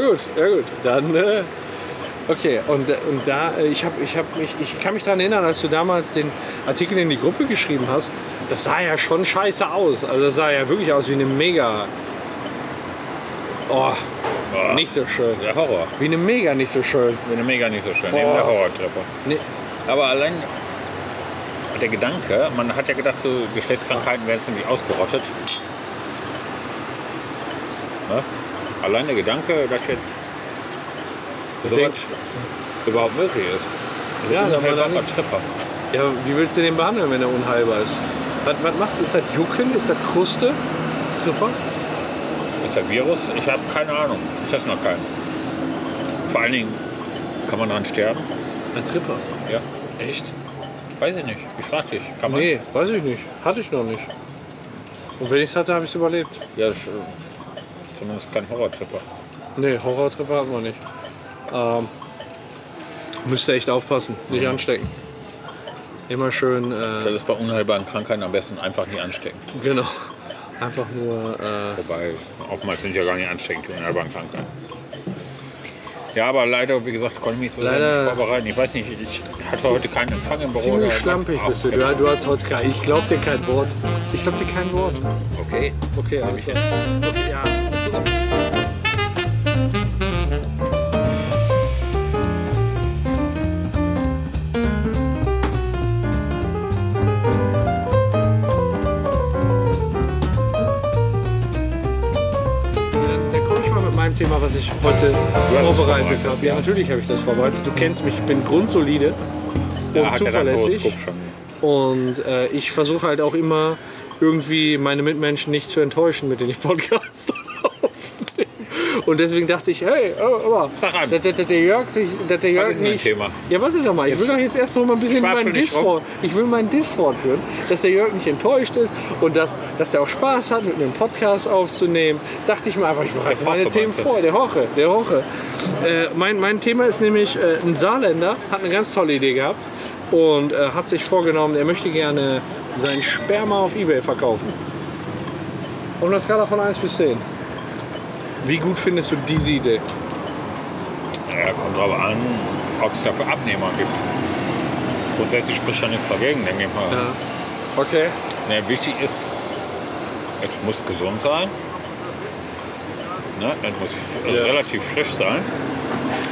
Speaker 1: ja gut, ja gut. Dann, äh, okay, und, äh, und da, äh, ich, hab, ich, hab mich, ich kann mich daran erinnern, als du damals den Artikel in die Gruppe geschrieben hast, das sah ja schon scheiße aus. Also das sah ja wirklich aus wie eine mega... Oh,
Speaker 2: Ah,
Speaker 1: nicht so schön.
Speaker 2: der Horror.
Speaker 1: Wie eine mega nicht so schön.
Speaker 2: Bin mir mega nicht so schön. Neben
Speaker 1: Boah.
Speaker 2: der Horrortreppe.
Speaker 1: Nee,
Speaker 2: Aber allein der Gedanke, man hat ja gedacht, so Geschlechtskrankheiten werden ziemlich ausgerottet. Ne? Allein der Gedanke, dass jetzt
Speaker 1: Ich
Speaker 2: sowas
Speaker 1: denk-
Speaker 2: überhaupt möglich ist.
Speaker 1: ja, da war Also,
Speaker 2: Unheilbarer
Speaker 1: dann nichts.
Speaker 2: Tripper.
Speaker 1: Ja, wie willst du den behandeln, wenn er unheilbar ist? Was, was macht, ist das Jucken? Ist das Kruste? Super.
Speaker 2: Ist der Virus? Ich habe keine Ahnung. Ich hasse noch keinen. Vor allen Dingen, kann man daran sterben?
Speaker 1: Ein Tripper.
Speaker 2: Ja.
Speaker 1: Echt?
Speaker 2: Weiß ich nicht. Ich frage dich. Kann man?
Speaker 1: Nee, weiß ich nicht. Hatte ich noch nicht. Und wenn ich es hatte, habe ich es überlebt.
Speaker 2: Ja, das ist, äh, zumindest kein Horrortripper.
Speaker 1: Nee, Horrortrippe hatten wir nicht. Ähm, müsst ihr echt aufpassen, nicht anstecken. Immer schön, äh,
Speaker 2: Das ist bei unheilbaren Krankheiten am besten einfach nicht anstecken.
Speaker 1: genau. Einfach nur, äh,
Speaker 2: Wobei, oftmals sind ja gar nicht ansteckend, die unheilbaren Krankheiten. Ja, aber leider, wie gesagt, konnte ich mich so sehr
Speaker 1: Leider-
Speaker 2: nicht vorbereiten. Ich weiß nicht, ich hatte heute keinen Empfang im Büro.
Speaker 1: ziemlich
Speaker 2: oder-
Speaker 1: schlampig
Speaker 2: Ach,
Speaker 1: bist du. Du, du hast heute kein, ich glaub dir kein Wort. Ich glaub dir kein Wort.
Speaker 2: Okay.
Speaker 1: Okay, alles klar. Okay, ja. Dann- dann komm ich mal mit meinem Thema, was ich heute vorbereitet
Speaker 2: vorbereitet,
Speaker 1: habe. Ja, natürlich habe ich das vorbereitet. Du kennst mich, ich bin grundsolide und
Speaker 2: Da hat er dann
Speaker 1: zuverlässig.
Speaker 2: Horoskop schon.
Speaker 1: Und äh, ich versuche halt auch immer irgendwie meine Mitmenschen nicht zu enttäuschen, mit denen ich Podcasts aufnehme. Und deswegen dachte ich, hey, oh, aber,
Speaker 2: Sag an.
Speaker 1: dass, dass, dass der Jörg sich, dass der Jörg
Speaker 2: ist mein
Speaker 1: nicht...
Speaker 2: Thema?
Speaker 1: Ja, warte doch mal, ich will doch jetzt erst noch mal ein bisschen
Speaker 2: schwafel
Speaker 1: meinen
Speaker 2: nicht rum.
Speaker 1: Discord, ich will meinen Discord führen, dass der Jörg nicht enttäuscht ist und dass, dass der auch Spaß hat, mit mir einen Podcast aufzunehmen. Dachte ich mir einfach, ich bereite
Speaker 2: Der
Speaker 1: meine
Speaker 2: Hoche,
Speaker 1: Themen
Speaker 2: meinst du?
Speaker 1: vor, der Hoche, der Hoche. Äh, mein, mein Thema ist nämlich, äh, ein Saarländer hat eine ganz tolle Idee gehabt und äh, hat sich vorgenommen, er möchte gerne sein Sperma auf Ebay verkaufen. Auf einer Skala von 1 bis 10. Wie gut findest du diese Idee?
Speaker 2: Ja, kommt drauf an, ob es dafür Abnehmer gibt. Grundsätzlich spricht ja nichts dagegen, denke ich mal.
Speaker 1: Okay.
Speaker 2: Ne, wichtig ist, es muss gesund sein. Ne, es muss f-
Speaker 1: Ja.
Speaker 2: relativ frisch sein.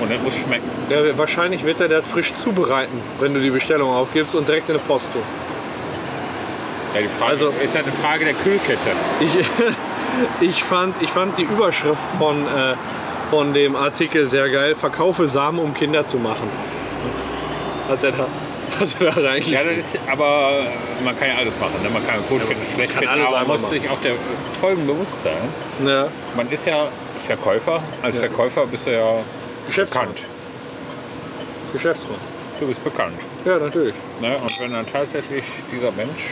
Speaker 2: Und es muss schmecken.
Speaker 1: Ja, wahrscheinlich wird er das frisch zubereiten, wenn du die Bestellung aufgibst und direkt in eine Post tun.
Speaker 2: Ja, die Frage
Speaker 1: Also-
Speaker 2: ist ja eine Frage der Kühlkette.
Speaker 1: Ich, ich, fand, ich fand die Überschrift von, äh, von dem Artikel sehr geil. Verkaufe Samen, um Kinder zu machen. Hat er da, hat er da
Speaker 2: Ja,
Speaker 1: reingeschrieben.
Speaker 2: das ist, aber man kann ja alles machen. Ne? Man kann gut finden, schlecht
Speaker 1: kann
Speaker 2: finden,
Speaker 1: alles
Speaker 2: aber man
Speaker 1: einmal
Speaker 2: muss sich auch der Folgen bewusst sein.
Speaker 1: Ja.
Speaker 2: Man ist ja Verkäufer. Als
Speaker 1: Ja.
Speaker 2: Verkäufer bist du ja
Speaker 1: Geschäftsmann.
Speaker 2: bekannt.
Speaker 1: Geschäftsmann.
Speaker 2: Du bist bekannt.
Speaker 1: Ja, natürlich.
Speaker 2: Ne? Und wenn dann tatsächlich dieser Mensch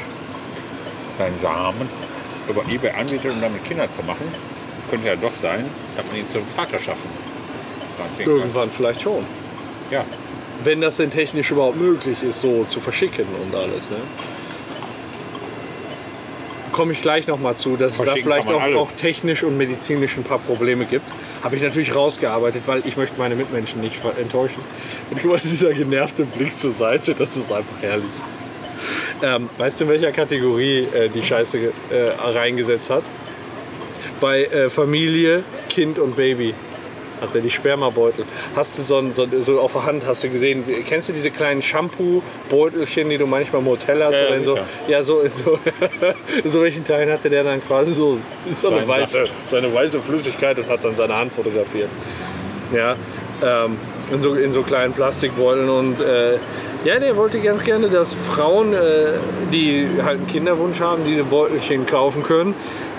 Speaker 2: seinen Samen über Ebay anbietet, um damit Kinder zu machen, könnte ja doch sein, dass man ihn zum Vater schaffen
Speaker 1: Irgendwann vielleicht schon.
Speaker 2: Ja,
Speaker 1: Wenn das denn technisch überhaupt möglich ist, so zu verschicken und alles. Ne? Komme ich gleich nochmal zu, dass es da
Speaker 2: Verschicken
Speaker 1: vielleicht
Speaker 2: kann
Speaker 1: auch,
Speaker 2: man
Speaker 1: auch
Speaker 2: alles.
Speaker 1: technisch und medizinisch ein paar Probleme gibt. Habe ich natürlich rausgearbeitet, weil ich möchte meine Mitmenschen nicht ver- enttäuschen. Und guck mal, dieser genervte Blick zur Seite, das ist einfach herrlich. Ähm, weißt du, in welcher Kategorie äh, die Scheiße ge- äh, reingesetzt hat? Bei äh, Familie, Kind und Baby hat er die Spermabeutel. Hast du so, ein, so, ein- so auf der Hand, hast du gesehen, wie- kennst du diese kleinen Shampoo-Beutelchen, die du manchmal im Hotel hast?
Speaker 2: Ja, ja,
Speaker 1: oder in so,
Speaker 2: sicher.
Speaker 1: ja so, in so, in so welchen Teilen hatte der dann quasi so, so, eine
Speaker 2: Seinen
Speaker 1: weiße,
Speaker 2: Saft.
Speaker 1: so eine weiße Flüssigkeit und hat dann seine Hand fotografiert. Ja, ähm, in, so, in so kleinen Plastikbeuteln. Und äh, ja, der wollte ganz gerne, dass Frauen, äh, die halt einen Kinderwunsch haben, diese Beutelchen kaufen können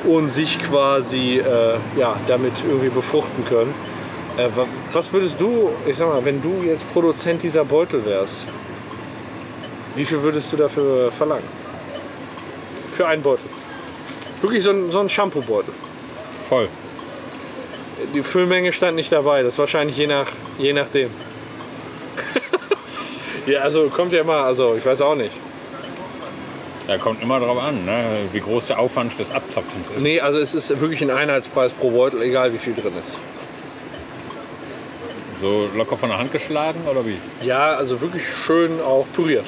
Speaker 1: und sich quasi äh, ja, damit irgendwie befruchten können. Äh, wa- was würdest du, ich sag mal, wenn du jetzt Produzent dieser Beutel wärst, wie viel würdest du dafür verlangen? Für einen Beutel. Wirklich so ein, so ein Shampoo-Beutel.
Speaker 2: voll.
Speaker 1: Die Füllmenge stand nicht dabei. Das ist wahrscheinlich je, nach, je nachdem. Ja, also kommt ja immer, also ich weiß auch nicht.
Speaker 2: Da kommt immer drauf an, ne? wie groß der Aufwand des Abzapfens ist.
Speaker 1: Nee, also es ist wirklich ein Einheitspreis pro Beutel, egal wie viel drin ist.
Speaker 2: So locker von der Hand geschlagen oder wie?
Speaker 1: Ja, also wirklich schön auch püriert.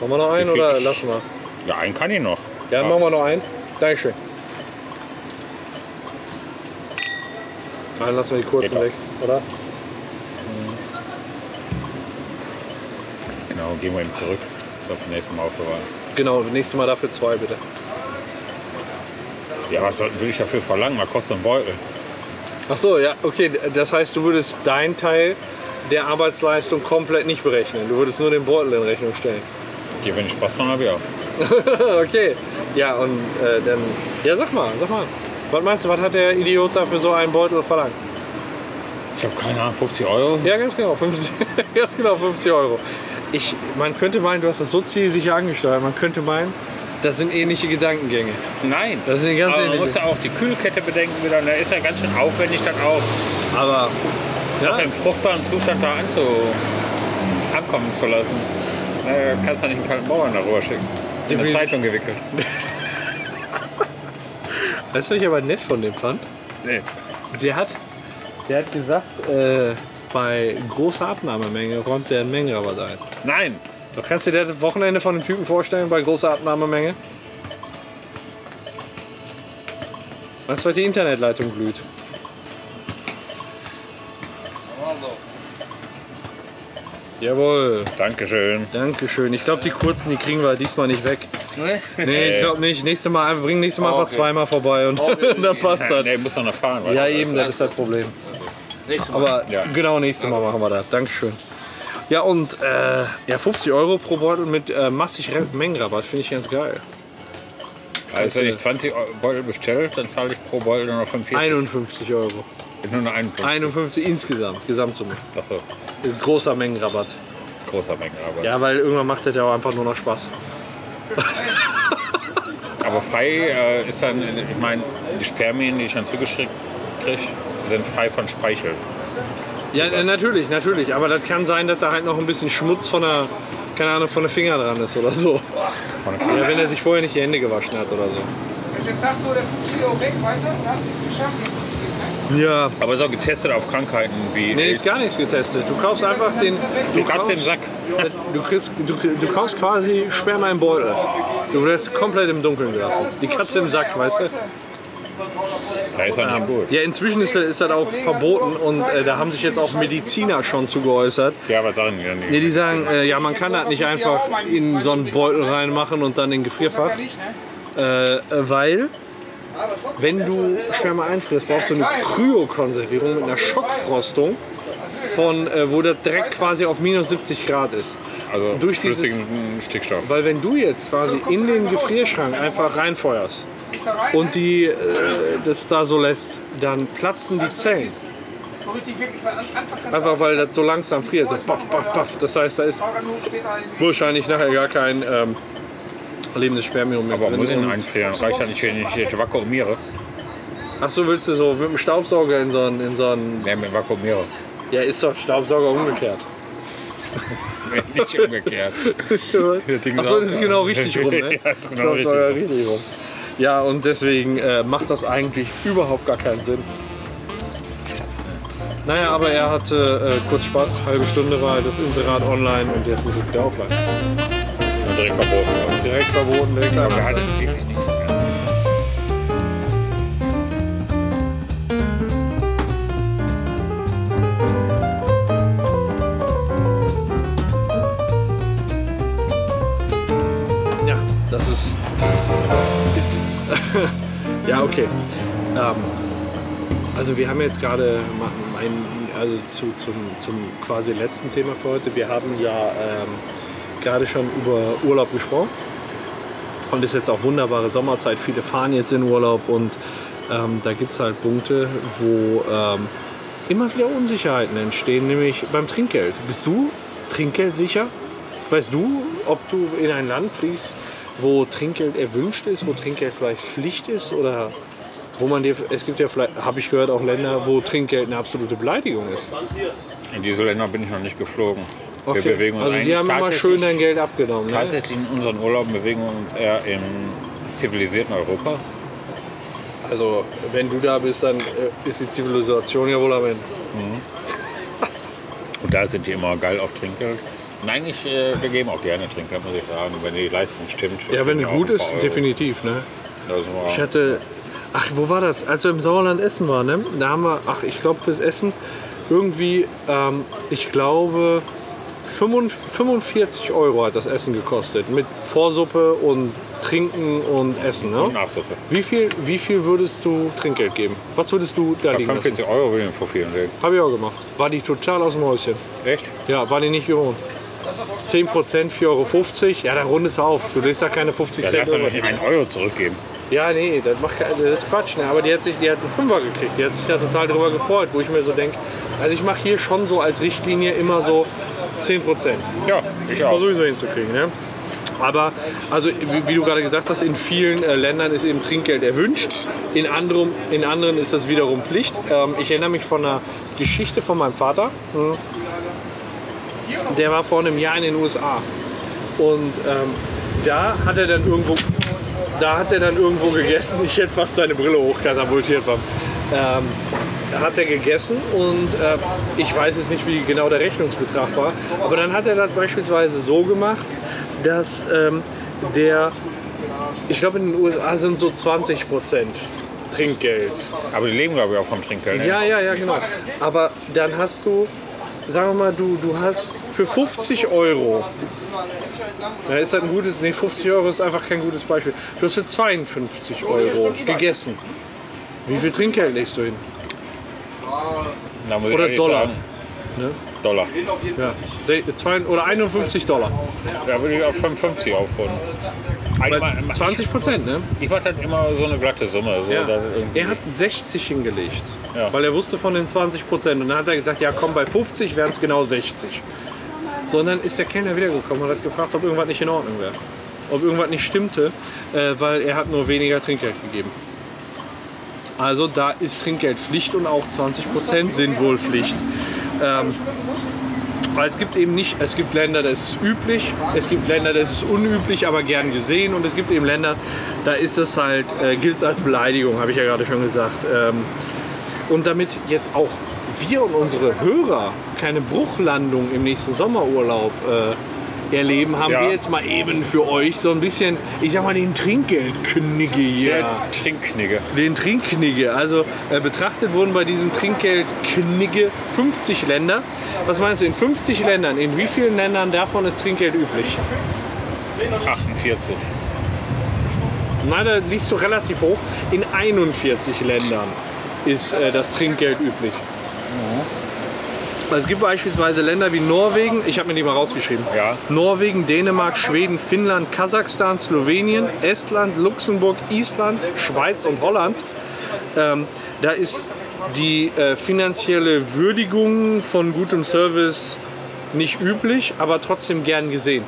Speaker 1: Machen wir noch einen
Speaker 2: Wie viel
Speaker 1: oder
Speaker 2: ich-
Speaker 1: lassen wir?
Speaker 2: Ja, einen kann ich noch.
Speaker 1: Ja,
Speaker 2: Aber
Speaker 1: machen wir noch einen. Dankeschön. Dann lassen wir die kurzen
Speaker 2: Geht
Speaker 1: weg, oder?
Speaker 2: Genau, gehen wir ihm zurück. Das auf das nächste Mal aufbewahren.
Speaker 1: Genau, nächstes Mal dafür zwei bitte.
Speaker 2: Ja, was soll- will ich dafür verlangen? Was kostet ein Beutel?
Speaker 1: Ach so, ja, okay. Das heißt, du würdest deinen Teil der Arbeitsleistung komplett nicht berechnen. Du würdest nur den Beutel in Rechnung stellen.
Speaker 2: Ja, wenn ich Spaß dran habe, ja.
Speaker 1: okay. Ja, und äh, dann. Ja, sag mal, sag mal. Was meinst du, was hat der Idiot da für so einen Beutel verlangt?
Speaker 2: Ich habe keine Ahnung, 50 Euro?
Speaker 1: Ja, ganz genau, 50, ganz genau 50 Euro. Ich, man könnte meinen, du hast das so zielsicher angesteuert. Man könnte meinen, das sind ähnliche Gedankengänge.
Speaker 2: Nein.
Speaker 1: Das ist eine ganz
Speaker 2: Aber man
Speaker 1: ähnliche-
Speaker 2: muss ja auch die Kühlkette bedenken wieder. Und Da ist ja ganz schön aufwendig, dann auch
Speaker 1: Aber ja,
Speaker 2: noch im fruchtbaren Zustand da anzu ankommen zu lassen. Na, Du kannst ja nicht einen kalten Bauern darüber schicken. In eine
Speaker 1: Definitiv.
Speaker 2: Zeitung gewickelt.
Speaker 1: das finde ich aber nett von dem fand.
Speaker 2: Nee.
Speaker 1: Der hat, der hat gesagt, äh, bei großer Abnahmemenge räumt der einen Mengenrabatt ein.
Speaker 2: Nein.
Speaker 1: Doch kannst du dir das Wochenende von dem Typen vorstellen bei großer Abnahmemenge? Weißt du, was die Internetleitung glüht? Jawohl,
Speaker 2: Dankeschön.
Speaker 1: Dankeschön. Ich glaube, die kurzen, die kriegen wir diesmal nicht weg. Nee, Ah, ich glaube nicht. Nächstes Mal, wir bringen nächstes Mal einfach
Speaker 3: Okay.
Speaker 1: zweimal vorbei und dann passt das.
Speaker 2: Nee, muss doch noch fahren. weißt
Speaker 1: Ja,
Speaker 2: du.
Speaker 1: eben, das ist das Problem.
Speaker 3: Nächstes Mal.
Speaker 1: Aber
Speaker 2: Ja.
Speaker 1: genau nächstes Mal machen wir das. Dankeschön. Ja, und äh, ja, 50 Euro pro Beutel mit äh, massig Re- Mengenrabatt finde ich ganz geil.
Speaker 2: Also wenn ich 20 Euro Beutel bestelle, dann zahle ich pro Beutel nur noch 45.
Speaker 1: 51 Euro.
Speaker 2: Nur noch einen.
Speaker 1: 51 insgesamt, Gesamtsumme.
Speaker 2: Achso,
Speaker 1: Ein Großer Mengenrabatt.
Speaker 2: großer Mengenarbeit.
Speaker 1: Ja, weil irgendwann macht das ja auch einfach nur noch Spaß.
Speaker 2: Aber frei äh, ist dann, ich meine, die Spermien, die ich dann zugeschickt kriege, sind frei von Speichel.
Speaker 1: Ja, äh, natürlich, natürlich. Aber das kann sein, dass da halt noch ein bisschen Schmutz von der, keine Ahnung, von der Finger dran ist oder so.
Speaker 2: Von
Speaker 1: Oder wenn er sich vorher nicht die Hände gewaschen hat oder so.
Speaker 4: Ist der Tag so, der Fuji auch weg, weißt du? Du hast nichts geschafft, den Fuji, ne?
Speaker 1: Ja.
Speaker 2: Aber so getestet auf Krankheiten wie.
Speaker 1: Nee,
Speaker 2: Aids.
Speaker 1: ist gar nichts getestet. Du kaufst einfach den.
Speaker 2: du kannst den
Speaker 1: kaufst-
Speaker 2: Sack.
Speaker 1: Du, kriegst, du, du kaufst quasi Sperma im Beutel. Du wirst komplett im Dunkeln gelassen. Die Katze im Sack, weißt du?
Speaker 2: Da ist er nicht gut.
Speaker 1: Ja, inzwischen ist, ist das auch verboten und äh, da haben sich jetzt auch Mediziner schon zu geäußert.
Speaker 2: Ja, was sagen die dann?
Speaker 1: Ja, die sagen, äh, ja, man kann das nicht einfach in so einen Beutel reinmachen und dann in den Gefrierfach,
Speaker 4: Nicht, ne?
Speaker 1: äh, äh, weil wenn du Sperma einfrierst, brauchst du eine Kryokonservierung mit einer Schockfrostung, von, äh, wo das direkt quasi auf minus 70 Grad ist.
Speaker 2: Also
Speaker 1: durch dieses-
Speaker 2: flüssigen Stickstoff.
Speaker 1: Weil wenn du jetzt quasi in den Gefrierschrank einfach reinfeuerst und die äh, das da so lässt, dann platzen die Zellen.
Speaker 4: So richtig wirklich von Anfang kannst
Speaker 1: Einfach weil das so langsam friert. So paff, paff, paff. Das heißt, da ist
Speaker 4: du nur später ein
Speaker 1: wahrscheinlich nachher gar kein ähm, lebendes Spermium mehr
Speaker 2: Aber
Speaker 1: drin.
Speaker 2: muss ich ihn
Speaker 1: Und-
Speaker 2: einfrieren? Reicht ja nicht, wenn ich jetzt vakuumiere.
Speaker 1: Ach so, willst du so mit dem Staubsauger in so einen... In so einen
Speaker 2: Ja, mit vakuumiere.
Speaker 1: ja, ist doch Staubsauger umgekehrt.
Speaker 2: nicht umgekehrt.
Speaker 1: Ach so, das ist genau richtig rum, ne?
Speaker 2: Ja, das ist genau
Speaker 1: Staubsauger
Speaker 2: richtig
Speaker 1: richtig rum. Ja, und deswegen äh, macht das eigentlich überhaupt gar keinen Sinn. Naja, aber er hatte äh, kurz Spaß, halbe Stunde war das Inserat online und jetzt ist es wieder offline.
Speaker 2: Und direkt verboten.
Speaker 1: Direkt verboten, ne? direkt
Speaker 2: Aber
Speaker 1: einmal.
Speaker 2: er hat es wirklich nicht.
Speaker 1: Ja, das ist. ist ja, okay. Ähm, also wir haben jetzt gerade ma- mein, also zu, zum, zum quasi letzten Thema für heute. Wir haben ja ähm, gerade schon über Urlaub gesprochen. Und ist jetzt auch wunderbare Sommerzeit. Viele fahren jetzt in Urlaub und ähm, da gibt es halt Punkte, wo ähm, immer wieder Unsicherheiten entstehen, nämlich beim Trinkgeld. Bist du Trinkgeld sicher? Weißt du, ob du in ein Land fliegst, wo Trinkgeld erwünscht ist, wo Trinkgeld vielleicht Pflicht ist oder Wo man dir, es gibt ja vielleicht, habe ich gehört, auch Länder, wo Trinkgeld eine absolute Beleidigung ist.
Speaker 2: In diese Länder bin ich noch nicht geflogen.
Speaker 1: Okay.
Speaker 2: Wir bewegen uns
Speaker 1: also die
Speaker 2: eigentlich
Speaker 1: haben immer schön
Speaker 2: tatsächlich-
Speaker 1: dein Geld abgenommen. Ne?
Speaker 2: Tatsächlich in unseren Urlauben bewegen wir uns eher im zivilisierten Europa.
Speaker 1: Also wenn du da bist, dann äh, ist die Zivilisation ja wohl am Ende.
Speaker 2: Und da sind die immer geil auf Trinkgeld. Und eigentlich, äh, wir geben auch gerne Trinkgeld, muss ich sagen, wenn die Leistung stimmt.
Speaker 1: Ja, wenn es
Speaker 2: Auch
Speaker 1: gut
Speaker 2: ein
Speaker 1: ist,
Speaker 2: paar Euro.
Speaker 1: definitiv. Ne?
Speaker 2: Da sind wir-
Speaker 1: Ich hatte, ach, wo war das? Als wir im Sauerland essen waren, ne? da haben wir, ach, ich glaube fürs Essen irgendwie, ähm, ich glaube, 45 45 Euro hat das Essen gekostet mit Vorsuppe und Trinken und Essen.
Speaker 2: Und
Speaker 1: Ne?
Speaker 2: Nachsuppe.
Speaker 1: Wie viel, wie viel würdest du Trinkgeld geben? Was würdest du da
Speaker 2: Ja,
Speaker 1: liegen lassen?
Speaker 2: 45 Euro will ich vor vielen legen.
Speaker 1: Habe ich auch gemacht. War die total aus dem Häuschen.
Speaker 2: Echt?
Speaker 1: Ja, war die nicht gewohnt. 10 Prozent, 4,50 Euro. Ja, dann rundest du auf. Du legst da keine 50
Speaker 2: Da
Speaker 1: Cent.
Speaker 2: darfst du
Speaker 1: drüber.
Speaker 2: nicht einen Euro zurückgeben.
Speaker 1: Ja, nee, das, macht, kein- das ist Quatsch. Ne? Aber die hat, sich, die hat einen Fünfer gekriegt. Die hat sich da total drüber gefreut, wo ich mir so denke. Also ich mache hier schon so als Richtlinie immer so 10 Prozent.
Speaker 2: Ja, ich auch.
Speaker 1: Versuche ich so hinzukriegen. Ne? Aber, also wie, wie du gerade gesagt hast, in vielen äh, Ländern ist eben Trinkgeld erwünscht. In, anderem, in anderen ist das wiederum Pflicht. Ähm, ich erinnere mich von einer Geschichte von meinem Vater. Hm. Der war vor einem Jahr in den USA. Und ähm, da hat er dann irgendwo da hat er dann irgendwo gegessen. Ich hätte fast seine Brille hochkatapultiert. Beim, ähm, da hat er gegessen und äh, ich weiß jetzt nicht, wie genau der Rechnungsbetrag war. Aber dann hat er das beispielsweise so gemacht, dass ähm, der, ich glaube in den USA sind so 20 Prozent Trinkgeld.
Speaker 2: Aber die leben, glaube ich, auch vom Trinkgeld. ne?
Speaker 1: Ja, ja, ja, genau. Aber dann hast du, sagen wir mal, du, du hast für 50 Euro, ja, ist das ein gutes, nee, 50 Euro ist einfach kein gutes Beispiel. Du hast für 52 Euro gegessen. Wie viel Trinkgeld legst du hin?
Speaker 2: Da muss ich
Speaker 1: Oder
Speaker 2: ehrlich
Speaker 1: Dollar.
Speaker 2: Sagen,
Speaker 1: Ne?
Speaker 2: Dollar.
Speaker 1: Ja. Se- zwei- Oder 51 Dollar.
Speaker 2: Da würde ich auf 55 aufrunden. Einmal-
Speaker 1: Bei 20 Prozent, ne?
Speaker 2: Ich mache halt immer so eine glatte Summe. So
Speaker 1: Ja.
Speaker 2: dass irgendwie-
Speaker 1: Er hat 60 hingelegt,
Speaker 2: Ja.
Speaker 1: weil er wusste von den 20 Prozent. Und dann hat er gesagt, ja komm, bei 50 wären es genau 60. Sondern ist der Kellner wiedergekommen und hat gefragt, ob irgendwas nicht in Ordnung wäre. Ob irgendwas nicht stimmte, äh, weil er hat nur weniger Trinkgeld gegeben. Also da ist Trinkgeld Pflicht und auch 20 Prozent sind wohl Pflicht. Aber es gibt eben nicht, es gibt Länder, da ist es üblich, es gibt Länder, da ist es unüblich, aber gern gesehen und es gibt eben Länder, da ist es halt, äh, gilt es als Beleidigung, habe ich ja gerade schon gesagt. Ähm, und damit jetzt auch wir und unsere Hörer keine Bruchlandung im nächsten Sommerurlaub äh, erleben, haben
Speaker 2: Ja.
Speaker 1: wir jetzt mal eben für euch so ein bisschen, ich sag mal, den Trinkgeldkönige hier.
Speaker 2: Der Trinkknigge.
Speaker 1: Den Trinkknigge. Also äh, betrachtet wurden bei diesem Trinkgeldknigge 50 Länder. Was meinst du, in 50 Ländern, in wie vielen Ländern davon ist Trinkgeld üblich?
Speaker 2: 48.
Speaker 1: Nein, da liegst du relativ hoch. In 41 Ländern ist äh, das Trinkgeld üblich. Also Es gibt beispielsweise Länder wie Norwegen, ich habe mir die mal rausgeschrieben.
Speaker 2: Ja.
Speaker 1: Norwegen, Dänemark, Schweden, Finnland, Kasachstan, Slowenien, Estland, Luxemburg, Island, Schweiz und Holland. Ähm, da ist die äh, finanzielle Würdigung von gutem Service nicht üblich, aber trotzdem gern gesehen.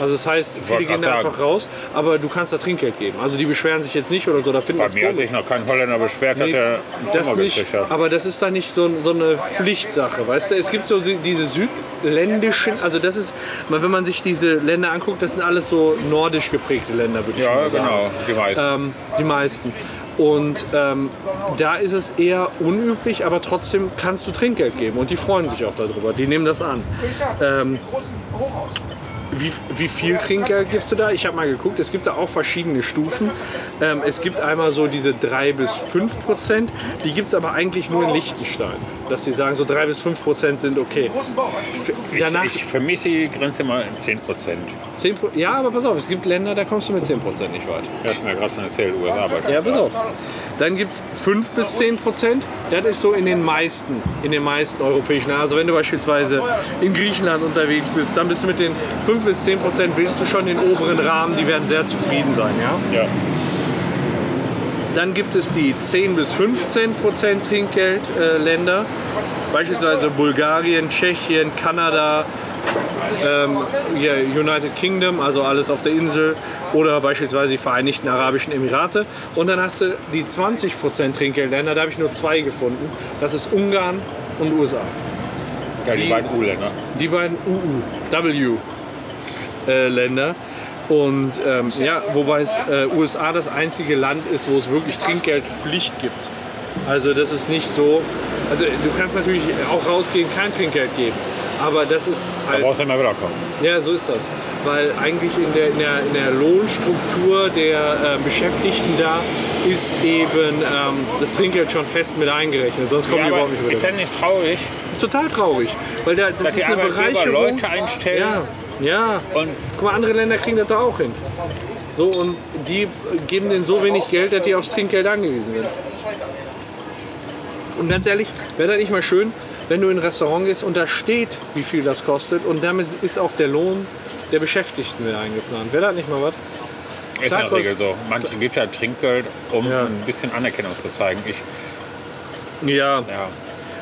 Speaker 1: Also das heißt, viele
Speaker 2: Wollte
Speaker 1: gehen
Speaker 2: grad
Speaker 1: da
Speaker 2: sagen.
Speaker 1: einfach raus, aber du kannst da Trinkgeld geben. Also die beschweren sich jetzt nicht oder so, da finden
Speaker 2: Bei
Speaker 1: das
Speaker 2: mir hat
Speaker 1: komisch.
Speaker 2: sich noch kein Holländer beschwert, hat
Speaker 1: Nee,
Speaker 2: er einen
Speaker 1: das
Speaker 2: Sommer
Speaker 1: nicht,
Speaker 2: gekriegt. Ja.
Speaker 1: aber das ist da nicht so, so eine Pflichtsache, weißt du? Es gibt so si- diese südländischen, also das ist, man- wenn man sich diese Länder anguckt, das sind alles so nordisch geprägte Länder, würde ich
Speaker 2: ja,
Speaker 1: mal sagen.
Speaker 2: genau, die meisten.
Speaker 1: Ähm, die meisten. Und ähm, da ist es eher unüblich, aber trotzdem kannst du Trinkgeld geben und die freuen sich auch darüber, die nehmen das an. Ähm, wie, wie viel Trinkgeld gibst du da? Ich habe mal geguckt, es gibt da auch verschiedene Stufen. Ähm, es gibt einmal so diese 3 bis 5 Prozent, die gibt es aber eigentlich nur in Liechtenstein. Dass die sagen, so 3 bis 5 Prozent sind okay. Danach
Speaker 2: ich, ich vermisse die Grenze mal in 10 Prozent.
Speaker 1: 10 Pro- ja, aber pass auf, es gibt Länder, da kommst du mit 10 Prozent nicht weit.
Speaker 2: Das mir gerade schon erzählt, USA
Speaker 1: Ja,
Speaker 2: beispielsweise.
Speaker 1: pass auf. Dann gibt es 5 bis 10 Prozent. Das ist so in den meisten, in den meisten europäischen. Ländern. Also wenn du beispielsweise in Griechenland unterwegs bist, dann bist du mit den 5 bis 10 Prozent, willst du schon den oberen Rahmen, die werden sehr zufrieden sein, ja?
Speaker 2: Ja.
Speaker 1: Dann gibt es die 10 bis 15 Prozent Trinkgeldländer. Äh, Länder. Beispielsweise Bulgarien, Tschechien, Kanada, ähm, ja, United Kingdom, also alles auf der Insel, oder beispielsweise die Vereinigten Arabischen Emirate. Und dann hast du die 20% Trinkgeldländer, da habe ich nur zwei gefunden. Das ist Ungarn und USA.
Speaker 2: Ja, die
Speaker 1: Die-
Speaker 2: beiden U-Länder.
Speaker 1: Die beiden UU-W-Länder. äh, Und ähm, ja, wobei es äh, USA das einzige Land ist, wo es wirklich Trinkgeldpflicht gibt. Also das ist nicht so. Also du kannst natürlich auch rausgehen, kein Trinkgeld geben. Aber das ist
Speaker 2: Da
Speaker 1: halt,
Speaker 2: brauchst du nicht mehr wiederkommen.
Speaker 1: ja, so ist das. Weil eigentlich in der, in der, in der Lohnstruktur der äh, Beschäftigten da ist eben ähm, das Trinkgeld schon fest mit eingerechnet. Sonst kommen die überhaupt nicht
Speaker 2: ist
Speaker 1: wieder.
Speaker 2: ja nicht traurig,
Speaker 1: Das ist total traurig, weil da, das
Speaker 2: dass
Speaker 1: ist
Speaker 2: die
Speaker 1: eine
Speaker 2: Arbeitgeber
Speaker 1: Bereicherung.
Speaker 2: Leute einstellen
Speaker 1: Ja, ja.
Speaker 2: und
Speaker 1: Guck mal, andere Länder kriegen das da auch hin. So, und die geben denen so wenig Geld, dass die aufs Trinkgeld angewiesen sind. Und ganz ehrlich, wäre das nicht mal schön, wenn du in ein Restaurant gehst und da steht, wie viel das kostet und damit ist auch der Lohn der Beschäftigten mit eingeplant. Wäre das nicht mal was?
Speaker 2: ist in der
Speaker 1: Tag was-
Speaker 2: Regel so. Manche gibt ja Trinkgeld, um
Speaker 1: Ja.
Speaker 2: ein bisschen Anerkennung zu zeigen. Ich,
Speaker 1: Ja,
Speaker 2: ja.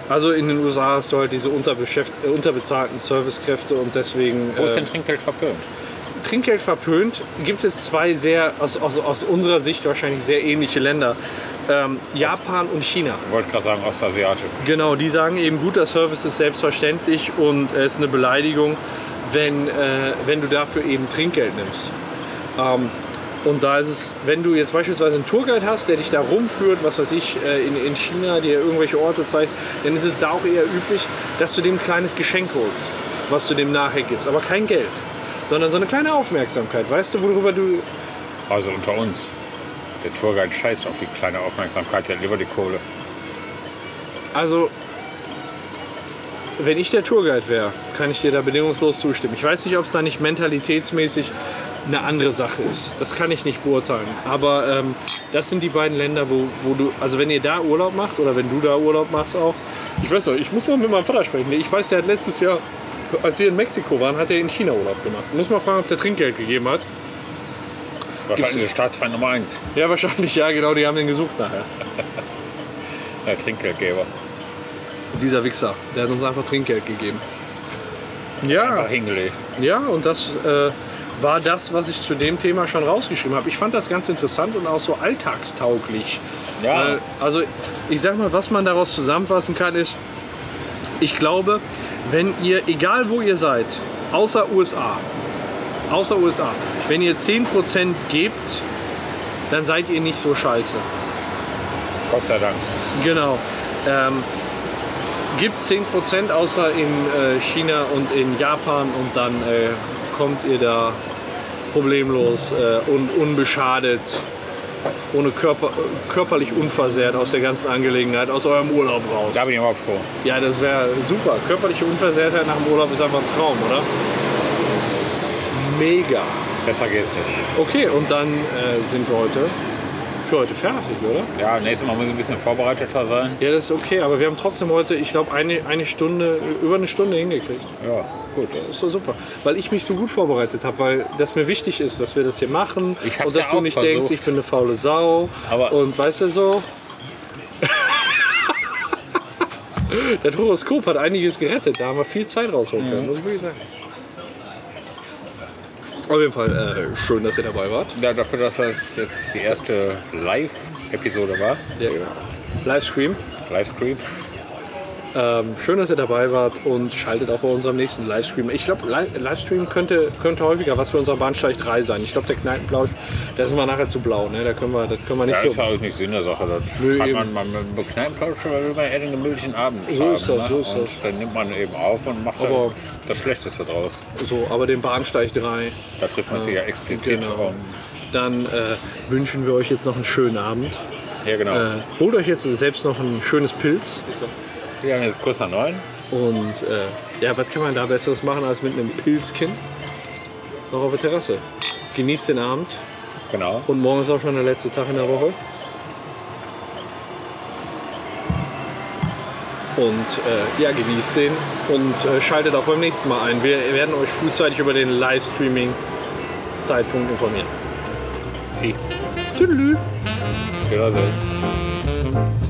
Speaker 1: also in den USA hast du halt diese unterbeschäft- äh, unterbezahlten Servicekräfte und deswegen.
Speaker 2: Wo ist
Speaker 1: äh,
Speaker 2: denn Trinkgeld verpönt?
Speaker 1: Trinkgeld verpönt gibt es jetzt zwei sehr, aus, aus, aus unserer Sicht wahrscheinlich sehr ähnliche Länder. Ähm, Japan und China.
Speaker 2: Ich wollte gerade sagen, Ostasiatisch.
Speaker 1: Genau, die sagen eben, guter Service ist selbstverständlich und es ist eine Beleidigung, wenn, äh, wenn du dafür eben Trinkgeld nimmst. Ähm, und da ist es, wenn du jetzt beispielsweise einen Tourguide hast, der dich da rumführt, was weiß ich, äh, in, in China, dir irgendwelche Orte zeigt, dann ist es da auch eher üblich, dass du dem ein kleines Geschenk holst, was du dem nachher gibst. Aber kein Geld, sondern so eine kleine Aufmerksamkeit. Weißt du, worüber du
Speaker 2: Also unter uns. Der Tourguide scheißt auf die kleine Aufmerksamkeit, der hat lieber die Kohle.
Speaker 1: Also, wenn ich der Tourguide wäre, kann ich dir da bedingungslos zustimmen. Ich weiß nicht, ob es da nicht mentalitätsmäßig eine andere Sache ist. Das kann ich nicht beurteilen. Aber ähm, das sind die beiden Länder, wo, wo du, also wenn ihr da Urlaub macht oder wenn du da Urlaub machst auch. Ich weiß noch, ich muss mal mit meinem Vater sprechen. Ich weiß, der hat letztes Jahr, als wir in Mexiko waren, hat er in China Urlaub gemacht. Muss mal fragen, ob der Trinkgeld gegeben hat.
Speaker 2: Wahrscheinlich der Staatsfeind Nummer 1,
Speaker 1: Ja, wahrscheinlich, ja, genau, die haben den gesucht nachher.
Speaker 2: der Trinkgeldgeber.
Speaker 1: Dieser Wichser, der hat uns einfach Trinkgeld gegeben. Ja.
Speaker 2: Einfach hingelegt.
Speaker 1: Ja, und das äh, war das, was ich zu dem Thema schon rausgeschrieben habe. Ich fand das ganz interessant und auch so alltagstauglich.
Speaker 2: Ja.
Speaker 1: Weil, also ich sag mal, was man daraus zusammenfassen kann, ist, ich glaube, wenn ihr, egal wo ihr seid, außer USA, außer USA, wenn ihr 10% gebt, dann seid ihr nicht so scheiße.
Speaker 2: Gott sei Dank.
Speaker 1: Genau. Ähm, gibt 10% außer in äh, China und in Japan und dann äh, kommt ihr da problemlos äh, und unbeschadet, ohne Körper, körperlich unversehrt aus der ganzen Angelegenheit, aus eurem Urlaub raus.
Speaker 2: Da bin ich immer froh.
Speaker 1: Ja, das wäre super. Körperliche Unversehrtheit nach dem Urlaub ist einfach ein Traum, oder? Mega.
Speaker 2: Besser geht's nicht.
Speaker 1: Okay, und dann äh, sind wir heute für heute fertig, oder?
Speaker 2: Ja, nächstes Mal muss ich ein bisschen vorbereiteter sein.
Speaker 1: Ja, das ist okay, aber wir haben trotzdem heute, ich glaube, eine, eine Stunde, über eine Stunde hingekriegt.
Speaker 2: Ja, gut.
Speaker 1: Das ist doch super. Weil ich mich so gut vorbereitet habe, weil das mir wichtig ist, dass wir das hier machen
Speaker 2: Ich hab's
Speaker 1: und dass
Speaker 2: ja
Speaker 1: du
Speaker 2: auch
Speaker 1: nicht
Speaker 2: versucht.
Speaker 1: denkst, ich bin eine faule Sau.
Speaker 2: Aber-
Speaker 1: und weißt du so. das Horoskop hat einiges gerettet, da haben wir viel Zeit rausholen können, muss ich wirklich sagen. Auf jeden Fall äh, schön, dass ihr dabei wart.
Speaker 2: Ja, dafür, dass das jetzt die erste Live-Episode war,
Speaker 1: Ja, genau. Livestream.
Speaker 2: Livestream.
Speaker 1: Ähm, schön, dass ihr dabei wart und schaltet auch bei unserem nächsten Livestream. Ich glaube, Li Livestream könnte, könnte häufiger was für unseren Bahnsteig 3 sein. Ich glaube, der Kneipenplausch, da sind wir nachher zu blau. Ne? Da können wir, das können wir
Speaker 2: Ja,
Speaker 1: nicht
Speaker 2: ist
Speaker 1: so.
Speaker 2: ja auch nicht Sinn der Sache. Das
Speaker 1: Nö,
Speaker 2: hat
Speaker 1: eben.
Speaker 2: man, man mit einem Kneipenplausch weil will man eher den gemütlichen Abend
Speaker 1: So
Speaker 2: haben,
Speaker 1: ist das,
Speaker 2: ne?
Speaker 1: so ist
Speaker 2: und
Speaker 1: das.
Speaker 2: Dann nimmt man eben auf und macht dann
Speaker 1: Aber-
Speaker 2: das Schlechteste draus.
Speaker 1: so. Aber den Bahnsteig 3,
Speaker 2: Da trifft man sich ja explizit.
Speaker 1: genau.
Speaker 2: Und,
Speaker 1: dann äh, wünschen wir euch jetzt noch einen schönen Abend.
Speaker 2: ja, genau.
Speaker 1: Äh, holt euch jetzt selbst noch ein schönes Pilz.
Speaker 2: Wie lange ist es? Kurz nach neun?
Speaker 1: Und äh, ja, was kann man da Besseres machen als mit einem Pilzkin? Noch auf der Terrasse. Genießt den Abend.
Speaker 2: Genau.
Speaker 1: Und morgen ist auch schon der letzte Tag in der Woche. Und äh, ja, genießt den und äh, schaltet auch beim nächsten Mal ein. Wir werden euch frühzeitig über den Livestreaming-Zeitpunkt informieren.
Speaker 2: Sie.
Speaker 1: Tüdelü.
Speaker 2: Wiedersehen.